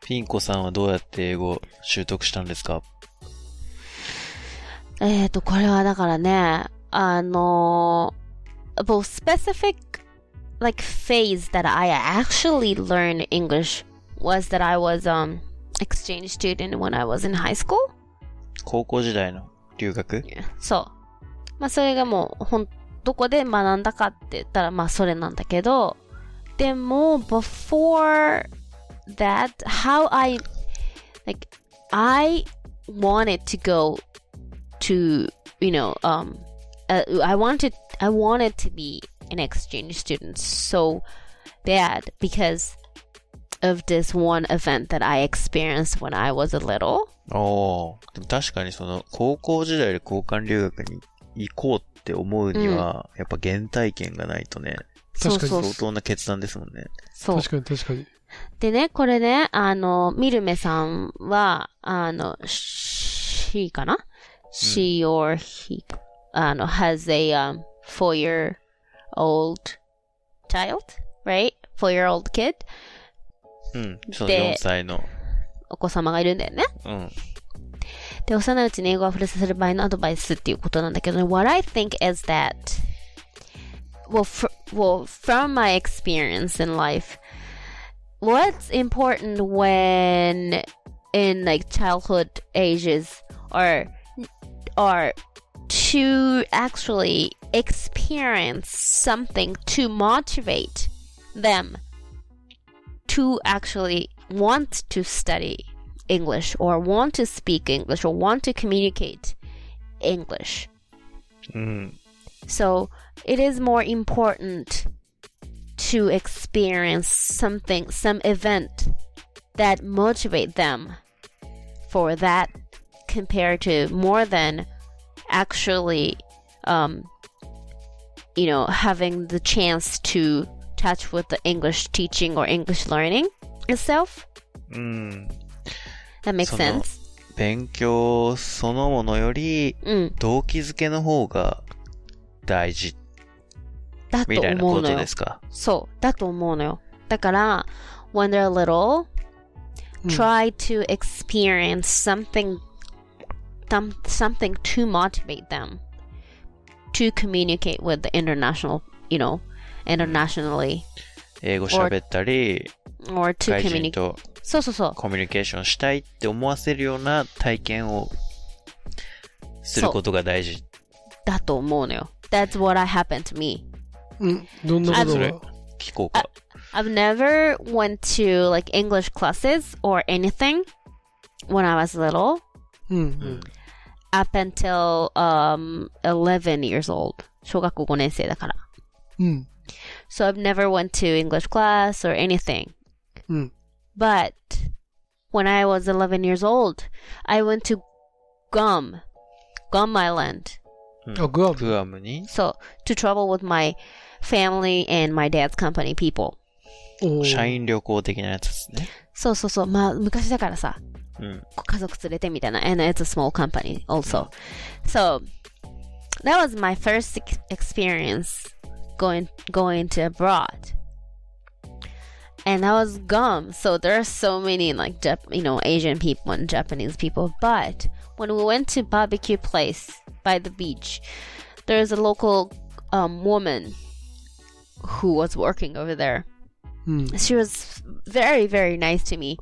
S3: ピンコさんはどうやって英語を習得したんですか
S1: えっ、と、これはだからね、あのー、well, specific like phase that I actually learned English was that I was um exchange student when I was in high school.
S3: 高校時代の留学
S1: そう。まあ、それがもう、ほん、どこで学んだかって言ったら、まあ、それなんだけど、でも、before that, how I, like, I wanted to go to, you know, um, uh, I wanted, I wanted to be an exchange student so bad because of this one event that I experienced when I was a little.
S3: おーでも確かにその、高校時代で交換留学に行こうって思うには、やっぱ原体験がないとね、
S2: 確かに
S1: そうそう
S3: 相当な決断ですもんね。
S1: そう。
S2: 確かに確かに。
S1: でね、これね、あの、ミルメさんは、あの、she かな、?she or he, あの、has a、um, four-year-old child, right? four-year-old kid?
S3: うん。その
S1: で
S3: 4歳の。
S1: お子様がいるんだよね。
S3: うん。
S1: で、幼いうちに英語を触れさせる場合のアドバイスっていうことなんだけどね。What I think is that, well, fr well from my experience in life, what's important when in like childhood ages are are to actually experience something to motivate them to actually want to study English or want to speak English or want to communicate English.
S3: うん。
S1: So it is more important to experience something, some event that motivate them for that compared to more than actually, um, you know, having the chance to touch with the English teaching or English learning itself.
S3: うん。
S1: That makes
S3: その
S1: sense.
S3: 勉強そのものより、
S1: うん。
S3: 動機づけの方が大事
S1: だ
S3: み
S1: と
S3: たいな
S1: 思
S3: こ
S1: うの
S3: と
S1: よ
S3: で。すか。
S1: そう。だと思うのよ。だから、when they're little,
S2: うん
S1: try to experience something, some, something to motivate them to communicate with the international, you know, internationally
S3: 英語喋ったり、
S1: or to
S3: 外人
S1: communicate.
S3: と
S1: そうそうそう。
S3: コミュニケーションしたいって思わせるような体験をすることが大事。
S1: だと思うのよ。That's what I happened to me.
S2: うん。どんなこと
S3: そ
S2: が
S3: れ。、聞こうか。
S1: I've never went to like English classes or anything when I was little.
S2: うんう
S3: うん
S2: ん。
S1: up until um 11 years old 小学校5年生だから
S2: うん。
S1: so I've never went to English class or anything
S2: うん。
S1: but when I was 11 years old I went to Gum Gum Island
S2: あ、グアム。
S3: グアムに
S1: so to travel with my family and my dad's company people
S2: おー
S3: 社員旅行的なやつですね。
S1: そうそうそうまあ昔だからさ
S3: うん。
S1: 家族連れてみたいな and it's a small company also so that was my first ex- experience going going to abroad and I was gum so there are so many like Jap- you know Asian people and Japanese people but when we went to barbecue place by the beach there's a local um, woman who was working over there
S2: うん。
S1: she was very very nice to me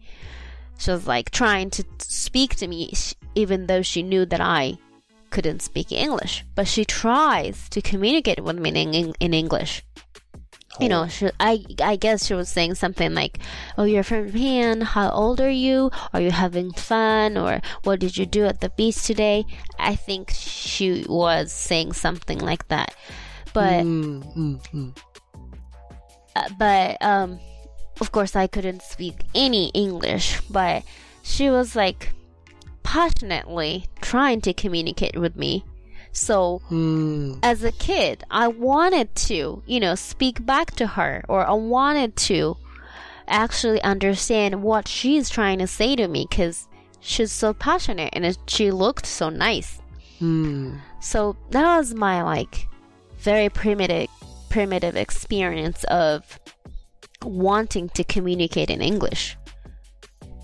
S1: she was like trying to speak to me sh- even though she knew that i couldn't speak english but she tries to communicate with me in, in, in english you
S3: Oh.
S1: know she, I, I guess she was saying something like oh you're from japan how old are you are you having fun or what did you do at the beach today i think she was saying something like that but
S2: うん。うん。うん。
S1: uh, but um of course I couldn't speak any English, but she was like passionately trying to communicate with me. So
S2: うん。
S1: as a kid, I wanted to, you know, speak back to her or I wanted to actually understand what she's trying to say to me cuz she's so passionate and it- she looked so nice.
S2: うん。
S1: So that was my like very primitive primitive experience of wanting to communicate in English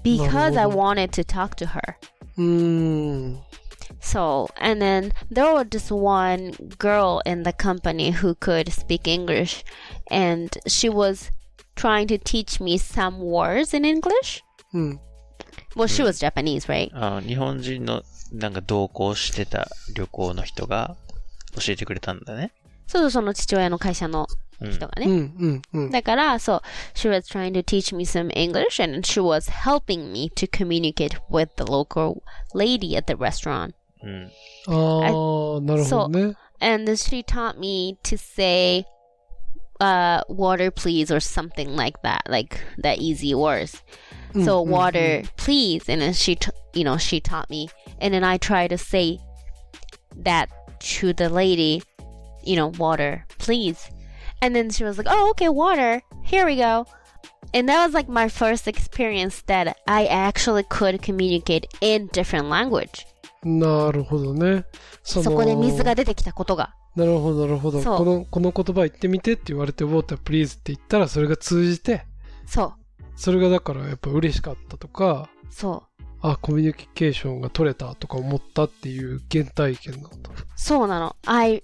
S1: because I
S2: なるほど。
S1: wanted to talk to her.
S2: うーん。
S1: So, and then there was just one girl in the company who could speak English, and she was trying to teach me some words in English.
S2: うん。
S1: Well, she was Japanese, right?
S3: あの日本人のなんか同行してた旅行の人が教えてくれたんだね。
S1: そうそう、その父親の会社の
S3: うん
S1: 人が
S2: うん。う
S1: ね。
S2: ん。うん。
S1: だから、そう、she was trying to teach me some English and she was helping me to communicate with the local lady at the restaurant.
S3: うん。
S2: あー、なるほどね。
S1: And then she taught me to say, uh, water please or something like that, like that easy words.
S2: うん
S1: So
S2: うん
S1: water please, and then she, t- you know, she taught me, and then I try to say that to the lady, you know, water please, and then she was like, oh okay, water, here we go, and that was like my first experience that I actually could communicate in different language.
S2: なるほどね。そ
S1: そ
S2: の
S1: こで水が出てきたことが。
S2: なるほど、なるほど。
S1: そう
S2: この、この言葉言ってみてって言われて、water please って言ったら、それが通じて、
S1: そう、
S2: それがだからやっぱ嬉しかったとか、
S1: そう。
S2: あ、コミュニケーションが取れたとか思ったっていう原体験なんだ。
S1: そうなの。I,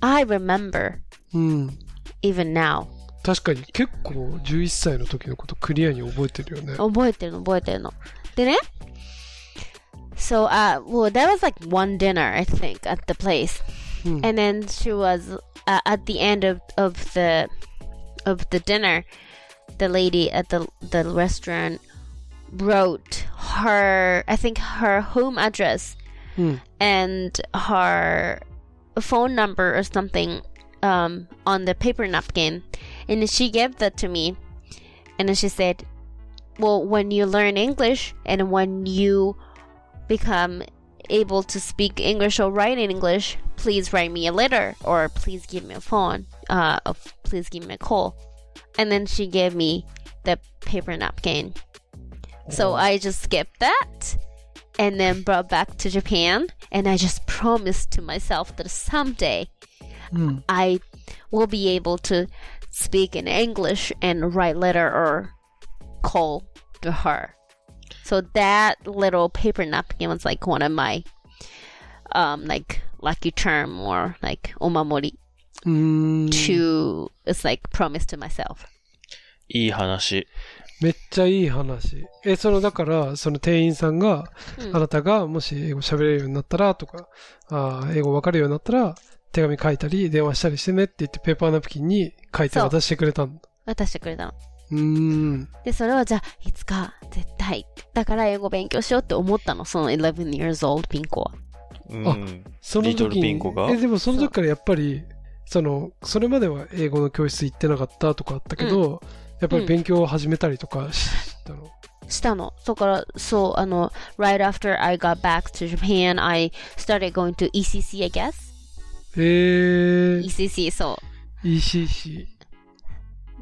S1: I remember
S2: うん。
S1: even now.
S2: 確かに結構11歳の時のことクリアに覚えてるよね。
S1: 覚えてるの覚えてるの。でね。So, uh, well, there was like one dinner, I think, at the place.
S2: うん。
S1: And then she was, uh, at the end of, of the, of the dinner, the lady at the, the restaurant wrote her, I think her home address
S2: うん。
S1: and her phone number or something um, on the paper napkin. And then she gave that to me. And then she said, Well, when you learn English and when you become able to speak English or write in English, please write me a letter or please give me a phone, uh, or please give me a call. And then she gave me the paper napkin. So I just skipped that and then brought back to Japan. And I just promised to myself that someday
S2: うん。
S1: I will be able to speak in English and write letter or call to her. So that little paper napkin was like one of my um like lucky charm or like omamori
S2: うーん
S1: to it's like promise to myself.
S3: いい話。
S2: めっちゃいい話。え、その、だから、その店員さんが、
S1: うん
S2: あなたがもし英語喋れるようになったらとか、あー英語わかるようになったら、手紙書いたり、電話したりしてねって言って、ペーパーナプキンに書いて渡してくれたんだ。
S1: 渡してくれたの。
S2: うーん。
S1: で、それをじゃあ、いつか絶対。だから英語勉強しようって思ったの、その11 years old ピンコは。
S3: うん。
S2: その
S3: リトル
S2: 時
S3: ピ
S2: に
S3: ンコが
S2: え、でもその時からやっぱり、その、それまでは英語の教室行ってなかったとかあったけど、やっぱり勉強を始めたりとかしたの。
S1: したの。そこから、そう、あの、right after I got back to Japan, I started going to ECC, I guess. E
S2: えー、
S1: ECC, そう。
S2: ECC。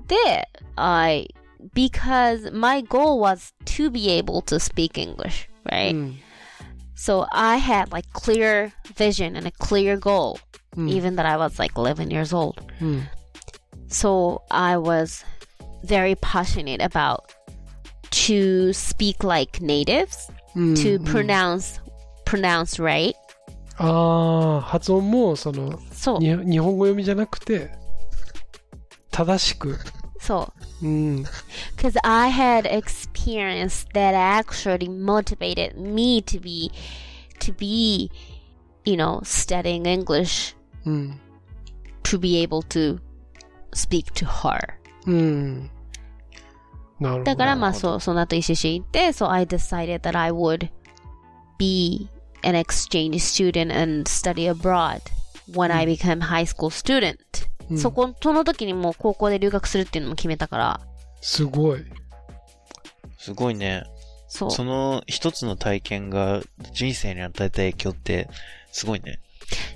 S1: で、I, because my goal was to be able to speak English,
S2: う
S1: right?
S2: ん。
S1: So I had like clear vision and a clear goal,
S2: うん。
S1: even that I was like 11 years old.
S2: うん。
S1: So I was very passionate about to speak like natives,
S2: うん
S1: to
S2: うん
S1: pronounce, pronounce right.
S2: ああ、発音も、その、
S1: そう。
S2: に日本語読みじゃなくて正しく、
S1: So,
S2: うん、
S1: because I had experience that actually motivated me to be, to be, you know, studying English
S2: うん、
S1: to be able to speak to her.
S2: うん。なるほど。
S1: だからまあ
S3: なるほ
S1: そう、その後 ECC 行って、so I decided that I would be an exchange student and study abroad when I became high school student.
S2: うん
S1: そこ、その時にもう高校で留学するっていうのも決めたから、
S2: すごい。
S3: すごいね。
S1: そう。
S3: その一つの体験が人生に与えた影響ってすごいね。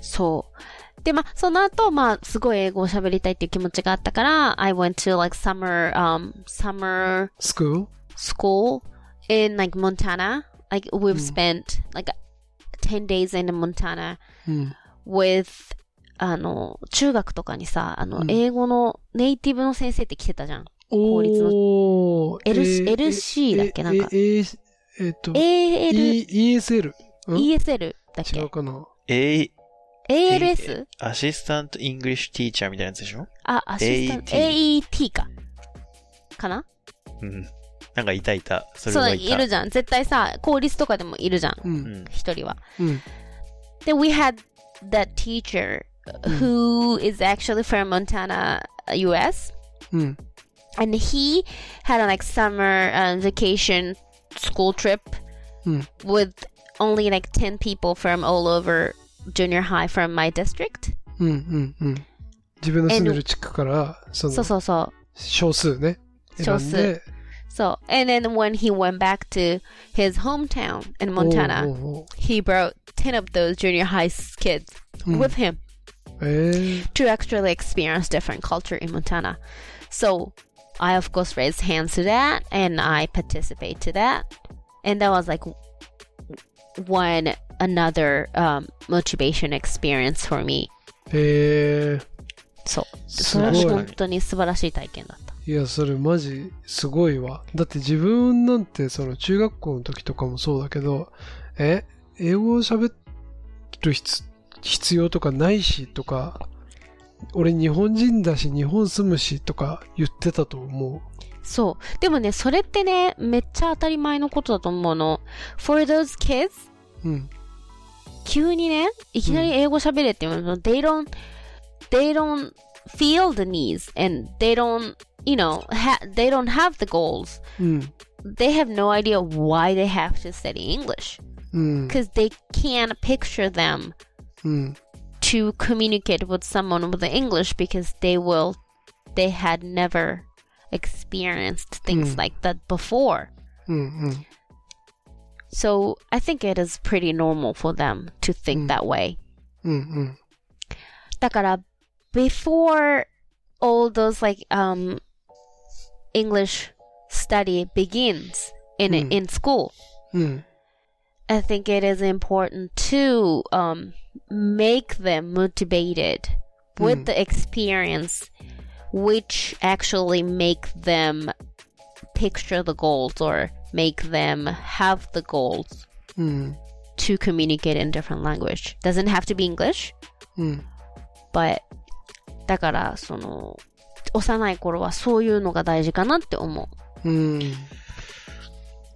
S1: そう。で、まあ、その後、まあ、すごい英語を喋りたいっていう気持ちがあったから、I went to like summer, um, summer
S2: スクール
S1: school in like Montana. Like we've
S2: Mm.
S1: spent like 10 days in Montana
S2: うん。
S1: with あの、中学とかにさ、あの、
S2: うん
S1: 英語のネイティブの先生って来てたじゃん。公立の
S2: おー
S1: L-
S2: えー
S1: LC だっけなんか
S2: えーえーえーえーっと、
S1: AL、
S2: E- ESL? ん
S1: ESL だっ
S2: 違う
S1: け
S2: かな
S3: A、
S1: ?ALS?
S3: アシスタントイングリッシュティーチャーみたいなやつでしょ
S1: あ、アシスタント、AET か。かな
S3: うん。なんかいたいた。それ
S1: そう、
S3: はい
S1: い
S3: た。
S1: るじゃん。絶対さ、公立とかでもいるじゃん。
S2: う。
S3: うんん。
S1: 一人は。
S2: うん。
S1: で、we had that teacher who is actually from Montana, US.
S2: うん。
S1: and he had a like summer uh, vacation school trip
S2: Mm.
S1: with only like 10 people from all over junior high from my district
S2: うん。うん。うん。自分の住んでる地区から、その、
S1: so
S2: 少数ね。選
S1: 少
S2: ん
S1: 数
S2: で
S1: and then when he went back to his hometown in
S2: お
S1: montana
S2: うおうおう
S1: he brought 10 of those junior high s- kids
S2: うん
S1: with him
S2: えー
S1: to actually experience different culture in montana so i of course raised hands to that and i participate to that and that was like one another um, motivation experience for me
S2: えー
S1: そう
S2: す
S1: そ
S2: ご
S1: れ
S2: い
S1: は本当に素晴らしい体験だった
S2: いや、それマジすごいわ。だって自分なんてその中学校の時とかもそうだけど、え、英語を喋る必必要とかないしとか、俺日本人だし日本住むしとか言ってたと思
S1: そうでもねそれってねめっちゃ当たり前のことだと思うの For those kids
S2: う。うん。
S1: 急にねいきなり英語喋れって言うの、they don't they don't feel the needs and they don't you know ha they don't have the goals
S2: うん。
S1: they have no idea why they have to study English
S2: うん。
S1: because they can't picture them
S2: うん。
S1: to communicate with someone with English because they will they had never experienced things
S2: Mm.
S1: like that before.
S2: うん。うん。
S1: So I think it is pretty normal for them to think
S2: Mm.
S1: that way.
S2: うん。うん。
S1: だから before all those like um English study begins in
S2: Mm.
S1: in school,
S2: うん。
S1: I think it is important to um, make them motivated with
S2: Mm.
S1: the experience, which actually make them picture the goals or make them have the goals
S2: うん。
S1: to communicate in different language. Doesn't have to be English,
S2: うん。
S1: but だからその幼い頃はそういうのが大事かなって思う。
S2: うん。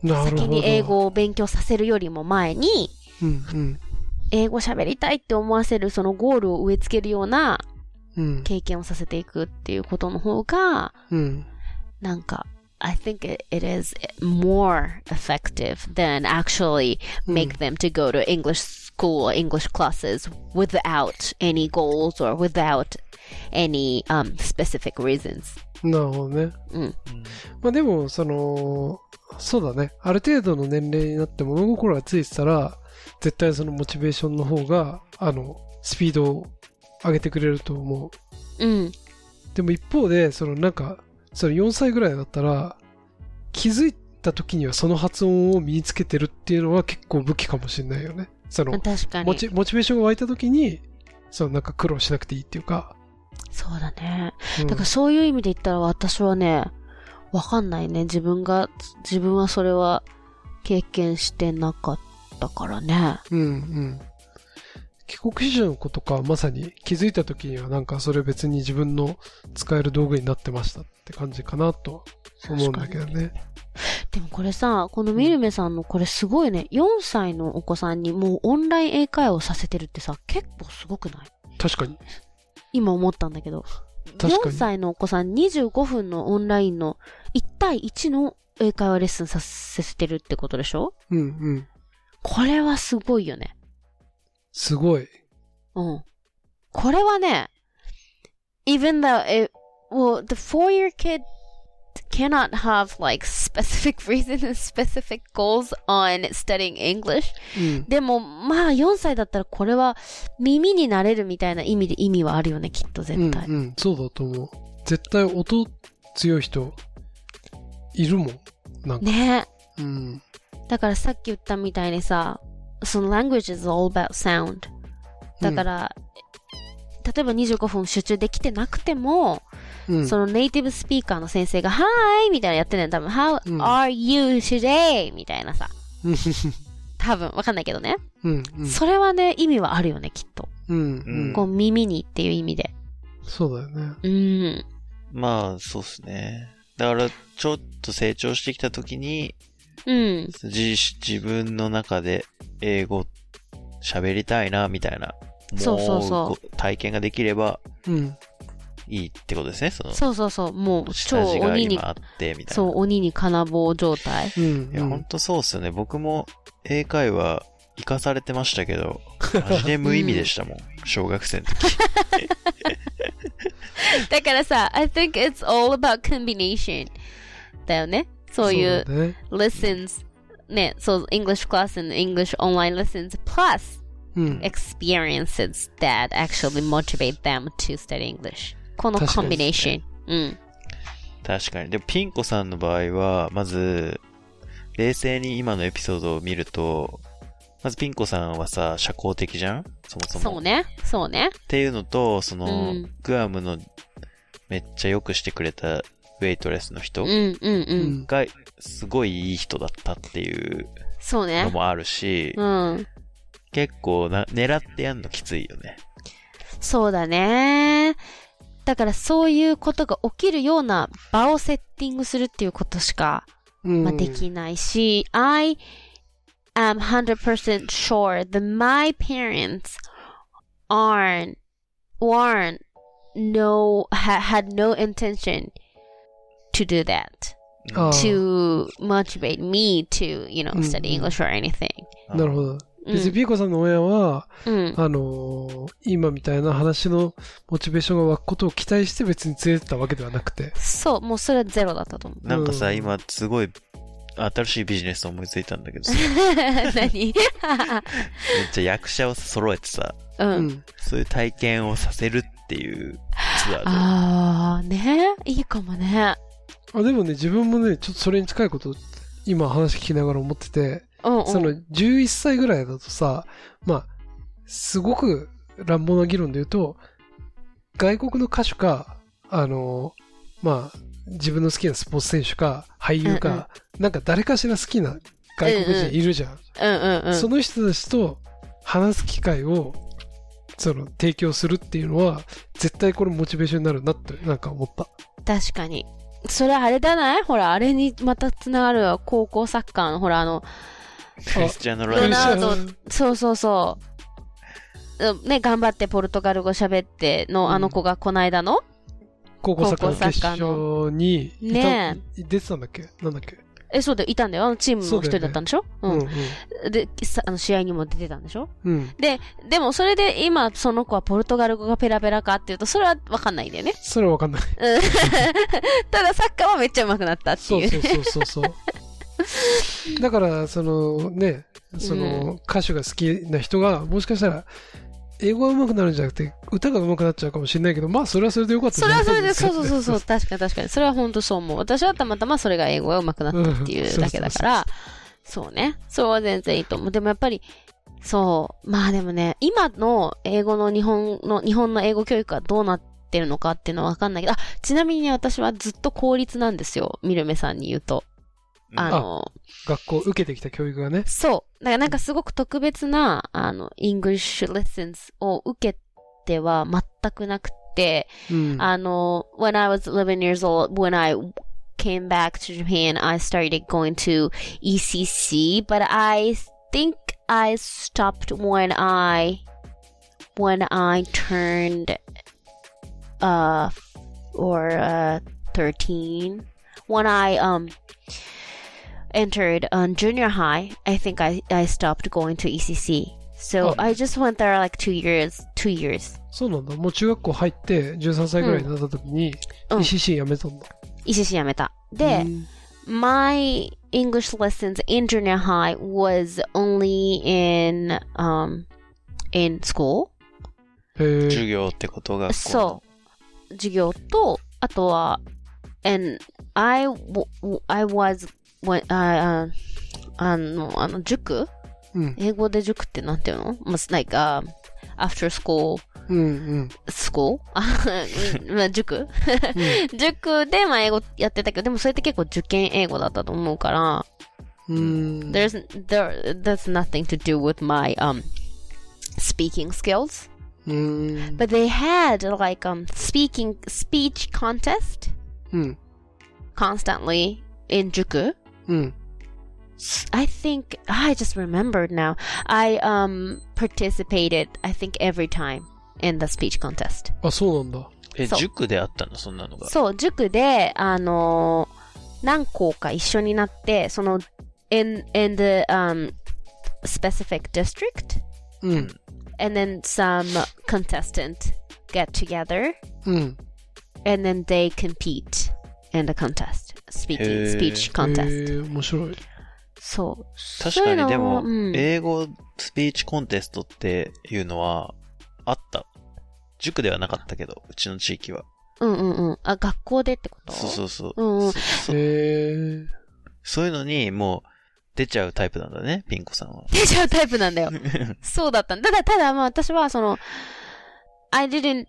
S2: なるほど。
S1: 先に英。語を勉強させるよりも前に。
S2: うん。うん。
S1: 英語喋りたいって思わせるそのゴールを植え付けるような
S2: うん。
S1: 経験をさせていくっていうことの方が
S2: うん。
S1: なんか I think it, it is more effective than actually make them to go to English school or English classes without any goals or without any um, specific reasons.
S2: なるほどね。
S1: うん
S2: まあでも、その、そうだね。ある程度の年齢になって物心がついてたら、絶対そのモチベーションの方が、あの、スピードを上げてくれると思う。
S1: うん。
S2: でも一方で、そのなんか、その4歳ぐらいだったら、気づいた時にはその発音を身につけてるっていうのは結構武器かもしれないよね。その、
S1: 確か
S2: モ
S1: に。
S2: チモチベーションが湧いた時に、そのなんか苦労しなくていいっていうか。
S1: そうだね。
S2: うん
S1: だからそういう意味で言ったら私はね、わかんないね。自分が、自分はそれは経験してなかったからね。
S2: うんうん。帰国子女の子とかまさに気づいた時にはなんかそれ別に自分の使える道具になってましたって感じかなと思うんだけどね。
S1: でもこれさ、このみるめさんのこれすごいね。4歳のお子さんにもうオンライン英会話をさせてるってさ、結構すごくない
S2: 確かに。
S1: 今思ったんだけど。
S2: 確か
S1: 4
S2: に。
S1: 歳のお子さん25分のオンラインの1対1の英会話レッスンさせてるってことでしょ
S2: うんうん。
S1: これはすごいよね。
S2: すごい。
S1: うん。これはね、even though it, well, the four-year kid cannot have like specific reasons and specific goals on studying English.
S2: うん。
S1: でも、まあ4歳だったらこれは耳になれるみたいな意味で意味はあるよね、きっと
S2: うん
S1: 絶対。
S2: うん。そうだと思う。絶対音強い人いるもん。なんか。
S1: ね
S2: うん。
S1: だからさっき言ったみたいにさ、その language is all about sound. だから、例えば25分集中できてなくても、
S2: うん。
S1: そのネイティブスピーカーの先生が、はーいみたいなのやってんねん。多分、How
S2: うん
S1: are you today? みたいなさ。
S2: うん
S1: 多分、わかんないけどね。
S2: うん。うん
S1: それはね、意味はあるよね、きっと。
S2: うん。う
S1: こ
S2: ん
S1: う、耳にっていう意味で。
S2: そうだよね。
S1: うん。
S3: まあ、そうですね。だから、ちょっと成長してきたときに、
S1: うん。
S3: 自自分の中で英語喋りたいな、みたいな、
S1: そうそうそう
S3: 思こ体験ができれば
S2: うん。
S3: いいってことですね。その、
S1: そうそうそう。もう、超
S3: 下地が
S1: 鬼に、
S3: 今あって、みたいな。
S1: そう、鬼に金棒状 態。
S2: うん。
S3: いや、
S2: うん
S3: ほんとそうっすよね。僕も英会話生かされてましたけど、マジで無意味でし たもん。小学生の時。
S1: だからさ、I think it's all about combination. だよね。そういう
S2: だね
S1: lessons ね、そう、English class and English online lessons plus
S2: うん。
S1: experiences that actually motivate them to study English. この
S2: 確
S1: コ
S2: か
S1: ン
S2: に
S1: ビネーション。
S3: 確かに。でも、ピンコさんの場合は、まず、冷静に今のエピソードを見ると、まずピンコさんはさ、社交的じゃんそも
S1: う
S3: そ
S1: ん。
S3: も。
S1: そうね。そうね。
S3: っていうのと、その、
S1: うん
S3: グアムのめっちゃ良くしてくれたウェイトレスの
S1: う
S3: 人
S1: んうんう。
S2: うんん。
S3: が、すごいいい人だったっていう
S1: そう
S3: の
S1: ね。
S3: もあるし、
S1: うん。
S3: 結構な、狙ってやんのきついよね。
S1: そうだね。だからそういうことが起きるような場をセッティングするっていうことしか
S2: うん
S1: まあ、できないし、I am 100% sure that my parents aren't, weren't, no, ha, had no intention to do that,
S2: あー
S1: to motivate me to, you know,
S2: うん
S1: study English or anything. Mm.
S2: なるほど。
S1: う
S2: 別に
S1: ん
S2: ピーコさんの親は、
S1: うん、
S2: あのー今みたいな話のモチベーションが湧くことを期待して別に連れてったわけではなくて。
S1: そう、もうそれはゼロだったと思う。
S3: なんかさ、
S2: うん
S3: 今すごい新しいビジネス思いついたんだけ どさ、
S1: 何
S3: めっちゃ役者を揃えてさ、
S1: う。
S2: うんん。
S3: そういう体験をさせるっていうツアー
S1: ああ、ね。いいかもね。
S2: あでもね、自分もね、ちょっとそれに近いこと、今話聞きながら思ってて、
S1: うん、うん。
S2: その11歳ぐらいだとさ、まあ、すごく乱暴な議論で言うと、外国の歌手か、あの、まあ、自分の好きなスポーツ選手か、俳優か、
S1: うんうん
S2: なんか誰かしら好きな外国人いるじゃん。
S1: うんうんうん。
S2: その人たちと話す機会を、その、提供するっていうのは、絶対これモチベーションになるなって、なんか思った。
S1: 確かに。それあれじゃないほら、あれにまたつながるわ。高校サッカーの、ほら、あの、
S3: で。クリスチャーノ・ロ
S1: ロ
S3: ナウド
S1: ナウドそうそうそう。うんね、頑張ってポルトガル語喋っての、
S2: うん
S1: あの子がこないだの、
S2: 高校サッカーの
S1: 高校
S2: 決
S1: サッカー
S2: 勝にいた、
S1: ね
S2: 出てたんだっけなんだっけ
S1: え、そうだよ、いたんだよ。あのチームの一人だったんでしょう,、
S2: うんうん。
S1: ん。で、さあの試合にも出てたんでしょ
S2: うん。
S1: で、でもそれで今、その子はポルトガル語がペラペラかっていうと、それはわかんないんだよね。
S2: それはわかんない。
S1: うん ただサッカーはめっちゃ上手くなったって
S2: そ
S1: いうう。
S2: そうそうそう そう。だから、そのね、その歌手が好きな人が、もしかしたら、英語が上手くなるんじゃなくて、歌が上手くなっちゃうかもしれないけど、まあ、それはそれでよかった
S1: それはそれで、
S2: じゃ
S1: そ
S2: な
S1: う
S2: い
S1: そう
S2: です
S1: そ
S2: か
S1: うそう、確かに確かに。それは本当そう思う。私はたまたまそれが英語が上手くなったっていうだけだから、そうね。それは全然いいと思う。でもやっぱり、そう。まあでもね、今の英語の日本の、日本の英語教育はどうなってるのかっていうのはわかんないけど、あ、ちなみにね、私はずっと公立なんですよ。ミルメさんに言うと。あの、
S2: 学校受けてきた教育がね。
S1: そう。だからなんかすごく特別な、あの、English lessons を受けては全くなくて、
S2: うん。
S1: あの、when I was 11 years old, when I came back to Japan, I started going to ECC, but I think I stopped when I, when I turned, uh, or, uh, 13. When I, um, entered um, junior high, I think I, I stopped going to ECC. So
S2: Oh.
S1: I just went there like two years, two years.
S2: そうなんだ。もう中学校入って、13歳ぐらいになった時に、
S1: うん
S2: ECC やめたんだ。
S1: ECC E やめた。で、
S2: うん、
S1: my English lessons in junior high was only in um in school.
S2: へー
S3: 授業ってことが。
S1: そう授業とあとは and I w- w- I was when I uh, あのあの塾
S2: うん。
S1: 英語で塾ってなんていうの Must like um after school
S2: うんうん。
S1: スコあ、 うんまあ、塾
S2: う
S1: 塾で、まあ、英語やってたけど、でもそれって結構受験英語だったと思うから、
S2: うん。
S1: there's, there, that's nothing to do with my, um, speaking skills.
S2: うん。
S1: But they had, like, um, speaking, speech contest
S2: うん。
S1: constantly in 塾。
S2: うん。
S1: I think I just remembered now. I um participated I think every time in the speech contest.
S2: あ、そうなんだ。
S3: え、
S1: そう
S3: 塾であったのそんなのが。
S1: そう、塾で、あのー何校か一緒になって、その、in, in the um, specific district,
S2: うん。
S1: and then some contestant get together,
S2: うん。
S1: and then they compete in the contest, speaking,
S3: へー
S1: speech
S2: え
S3: Mm.
S1: contest.
S2: ー、面白い。
S1: そう。
S3: 確かにで
S1: そう
S3: も
S1: いうの、うん
S3: 英語スピーチコンテストっていうのは、あった。塾ではなかったけど、うちの地域は。
S1: うんうんうん。あ、mm, 学校でってこと
S3: そ うそうそう。
S1: うんうん
S3: そそ
S2: えー。
S3: そういうのに、もう、出ちゃうタイプなんだね、ピンコさんは。
S1: 出ちゃうタイプなんだよ。そうだったんだ。ただ、ただ、まあ私はその、I didn't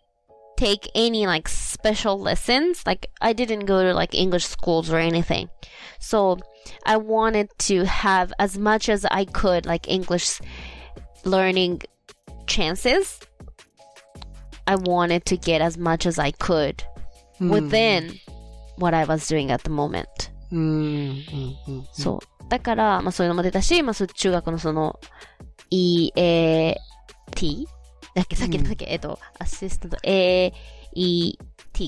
S1: take any like special lessons. Like, I didn't go to like English schools or anything. So, I wanted to have as much as I could like English learning chances. I wanted to get as much as I could
S2: うん
S1: within what I was doing at the moment.
S2: うん。うん。うん。
S1: そう。だから、まあそういうのも出たし、まあそう中学のその、EAT? だっけさっき
S2: うん
S1: だっけ、えっと、アシスタント AET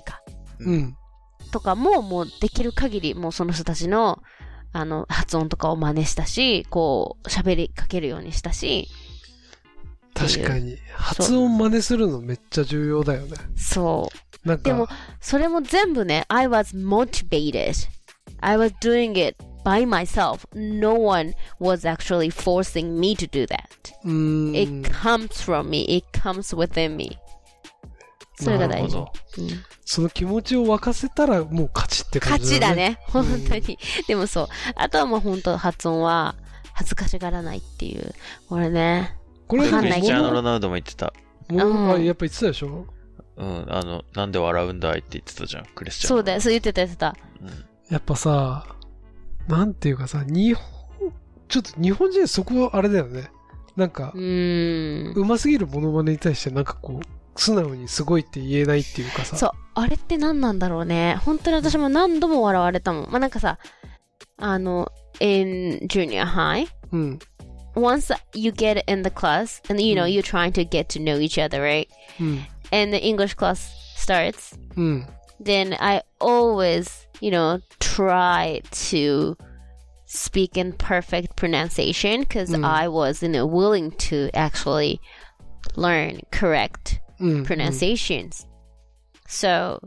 S1: か。
S2: うん。
S1: とかも、もうできる限り、もうその人たちの、あの、発音とかを真似したし、こう、喋りかけるようにしたし、
S2: 確かに。発音真似するのめっちゃ重要だよね。
S1: そう。
S2: なん
S1: でも
S2: か、、
S1: それも全部ね、I was motivated. I was doing it by myself. No one was actually forcing me to do that.
S2: うー
S1: It
S2: ん。
S1: comes from me. It comes within me. それが
S2: な
S1: 大
S2: るほ
S1: 事。
S2: ど。その気持ちを沸かせたらもう勝ちって感
S1: 勝
S2: じ
S1: ち
S2: だ
S1: だ
S2: ね。
S1: ね。 本当に。でもそう。あとはもう本当発音は恥ずかしがらないっていう。これね。
S2: こ
S3: ク
S2: れ
S1: わかん
S3: リ
S1: ない
S3: ス
S1: け
S3: チ
S1: ど
S3: ャーノ・ロナウドも言ってた。
S2: もう、あ
S1: うん
S2: やっぱ言ってたでしょ
S3: うん、あの、なんで笑うんだいって言ってたじゃん、クリスチャーノ。
S1: そうだよ。そう言ってた言ってた。
S2: やっぱさ、なんていうかさ、日本、ちょっと日本人そこはあれだよね。なんか
S1: う、ーん。
S2: うますぎるモノマネに対してなんかこう、素直にすごいって言えないっていうかさ。
S1: そう。あれって何なんだろうね。本当に私も何度も笑われたもん。まあ、なんかさ、あの、in junior high,
S2: う。ん。
S1: once you get in the class and you know
S2: うん
S1: you're trying to get to know each other, right?
S2: うん。
S1: And the English class starts.
S2: うん。
S1: then I always, you know, try to speak in perfect pronunciation because
S2: Mm.
S1: I was, you know, willing to actually learn correct
S2: うん。
S1: pronunciations. So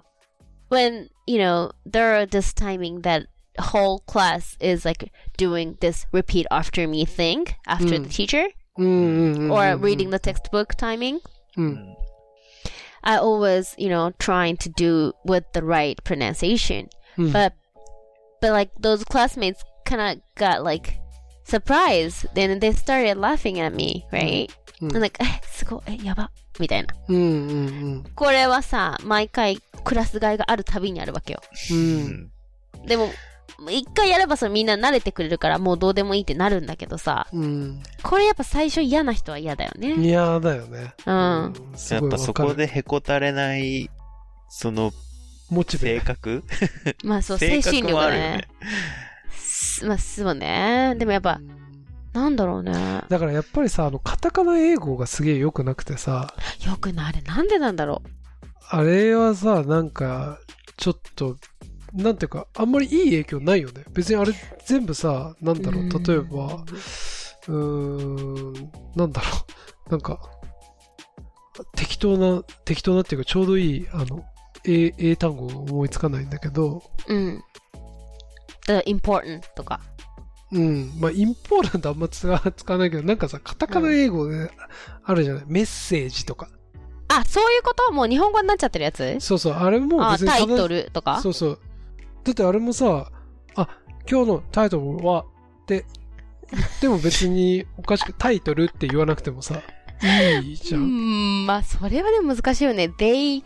S1: when, you know, there are this timing that whole class is like doing this repeat after me thing after
S2: Mm.
S1: the teacher
S2: うんうんうんうん。
S1: or reading the textbook timing.
S2: う。
S3: うんん。
S1: I always, you know, trying to do with the right pronunciation.
S2: うん。
S1: but but like those classmates kind of got like surprised then they started laughing at me right
S2: Mm.
S1: and like "Eh, すごいやばみたいなこれはさ毎回クラス替えがあるたびにあるわけよ
S2: うんうんうん。う。
S3: うんん。
S1: でも一回やればそれみんな慣れてくれるからもうどうでもいいってなるんだけどさ
S2: うん。
S1: これやっぱ最初嫌な人は嫌だよね
S2: 嫌だよね。
S1: うん。
S2: す
S3: や
S2: ご
S3: っ
S2: い
S3: ぱ
S2: わ
S3: そ
S2: か
S3: こ
S2: る。
S3: でへこたれない、その
S2: モチ
S3: 性
S2: ベ。
S3: 格
S1: まあそう精
S3: 性
S1: 神
S3: 格
S1: 力
S3: もあ
S1: だ
S3: るよね
S1: ね。すまあそうねでもやっぱなんだろ うね
S2: だからやっぱりさ、あの、カタカナ英語がすげえ良くなくてさ、
S1: よくないあれなんでなんだろ
S2: あれはさ、なんか、ちょっと、なんていうか、あんまりいい影響ないよね。別にあれ全部さ、なんだろう、
S1: うん
S2: 例えば、うーん、なんだろう、 なんか、適当な、適当なっていうか、ちょうどいい、あの、英英単語が思いつかないんだけど、
S1: ううんだから important とか
S2: うん、まあ、インポーランドあんま使わ使わないけど、なんかさ、 カタカナ英語であるじゃない、メッセージとか。
S1: あ、そういうこともう日本語になっちゃってるやつ
S2: そうそう、あれも
S1: あ、
S2: 別に
S1: タイ
S2: 正し
S1: トルとか
S2: そうそう。だってあれもさ、あ、今日のタイトルはって言っても別におかしく、タイトルって言わなくてもさ、いいじゃん。
S1: うん、まあ、それはでも難しいよね。They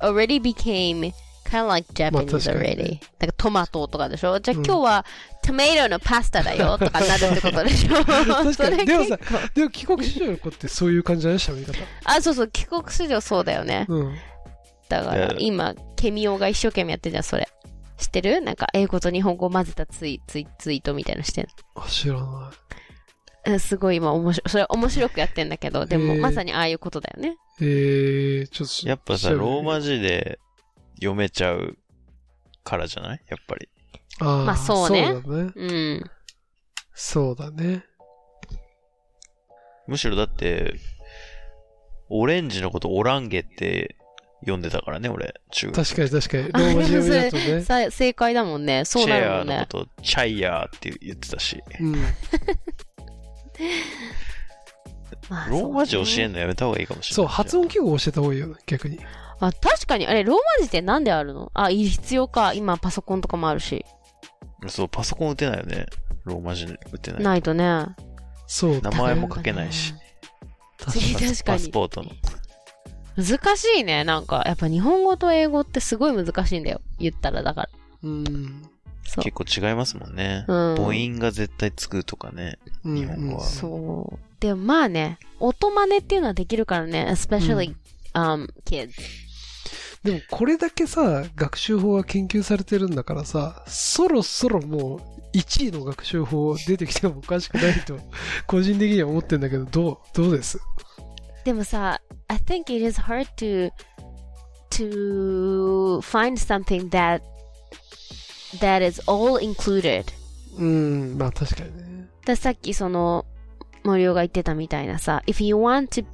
S1: already became kind of like
S2: まあ
S1: Japanese
S2: 確かに
S1: already.
S2: ね
S1: なんかトマトとかでしょじゃあ今
S2: うん
S1: 日は、トマトのパスタだよとかなるってことでしょ
S2: 確かに。でもさ
S1: それ結構、
S2: でも帰国子女の子ってそういう感じじゃない喋り方。
S1: あ、そうそう、帰国子女そうだよね。
S2: うん。
S1: だから
S3: う、ん
S1: 今、ケミオが一生懸命やってるじゃん、それ。知ってるなんか、英語と日本語を混ぜたツイツイツイートみたいなのしてる
S2: あ、知らな
S1: うんすごい今面白い、それ面白くやってんだけど、でも
S2: へー
S1: まさにああいうことだよね。
S2: い。えー、ちょっと。
S3: やっぱさ、
S2: 調べてみ
S3: ロ
S2: る
S3: ーマ字で読めちゃうからじゃないやっぱり。
S2: あー
S1: まあそうね
S2: そうだね。
S1: うん。
S2: そうだね。
S3: むしろだって、オレンジのことオランゲって読んでたからね、俺、中学。
S2: 確かに確かに。ローマ字読みだとね。
S1: さ正解だもんね。そう
S3: チ
S1: なる
S3: ェ
S1: も
S3: ア
S1: ん
S3: の
S1: ね。
S3: ことチャイヤーって言ってたし。
S2: うん。
S1: まあ
S3: ローマ字教え
S1: そうね
S3: んのやめた方がいいかもしれ
S2: そ
S3: ない。
S2: う、発音記号を教えた方がいいよね、逆に。
S1: あ、確かに、あれ、ローマ字ってなんであるのあ、必要か。今、パソコンとかもあるし。
S3: そう、パソコン打てないよね。ローマ字打てない。
S1: ないとね。
S2: そうだね。
S3: 名前も書けないし。
S2: 確
S1: かに
S3: パスパスポートの。
S1: 難しいね。なんか、やっぱ日本語と英語ってすごい難しいんだよ。言ったら、だから。
S2: うん。
S1: そう。
S3: 結構違いますもんね。
S1: うん
S3: 母音が絶対つくとかね。
S2: うん
S3: 日本語は
S1: そう。でもまあね、音真似っていうのはできるからね。especially、um, kids.
S2: でもこれだけさ、学習法が研究されてるんだからさ、そろそろもう1位の学習法出てきてもおかしくないと、 個人的には思ってんだけど、どう、どうです
S1: でもさ、I think it is hard to to find something that that is all included.
S2: うん、まあ確かにね。
S1: ださっきその森尾が言ってたみたいなさ、If you want to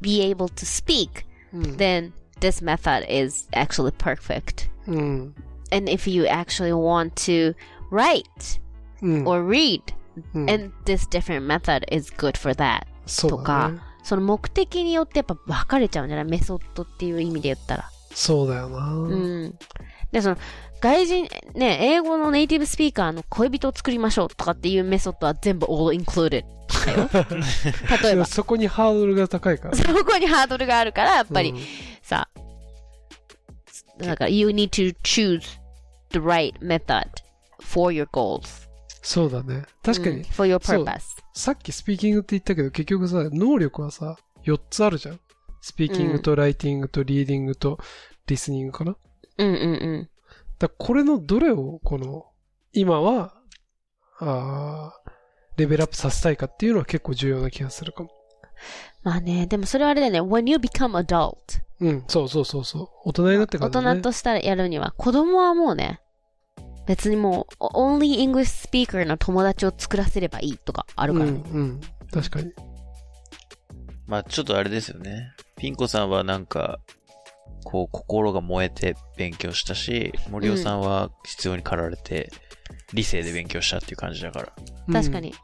S1: be able to speak,
S2: うん。
S1: then this method is actually perfect.
S2: うん。
S1: And if you actually want to write
S2: うん。
S1: or read,
S2: うん
S1: and this different method is good for that.
S2: そうだ
S1: と
S2: ね
S1: かその目的によってやっぱ分かれちゃうんじゃないメソッドっていう意味で言ったら。
S2: そうだよな。
S1: うん。で、その、外人、ね、英語のネイティブスピーカーの恋人を作りましょうとかっていうメソッドは全部 all included だよ。例え
S2: でも
S1: ば、
S2: そこにハードルが高いから。やっ
S1: そこにハードルがあるから、やっぱり、さ、だから、you need to choose the right method for your goals.
S2: そうだね。確か
S1: うん
S2: に、
S1: for your
S2: そう
S1: purpose.
S2: さっきスピーキングって言ったけど、結局さ、能力はさ、4つあるじゃん。スピーキングとライティングとリーディングとリスニングかな。
S1: うんうんうん。
S2: だからこれのどれを、この、今は、あーレベルアップさせたいかっていうのは結構重要な気がするかも。
S1: まあね、でもそれはあれだよね。when you become adult.
S2: うん、そうそうそうそう。大人になってか
S1: 大
S2: らだね。
S1: 人としたらやるには、子供はもうね、別にもう、o- only English speaker の友達を作らせればいいとかあるからね。
S2: うん、うん。確かに。
S3: まあちょっとあれですよね。ピン子さんはなんか、こう心が燃えて勉強したし、森尾さんは必要に駆られて、理性で勉強したっていう感じだから、
S1: 確かに。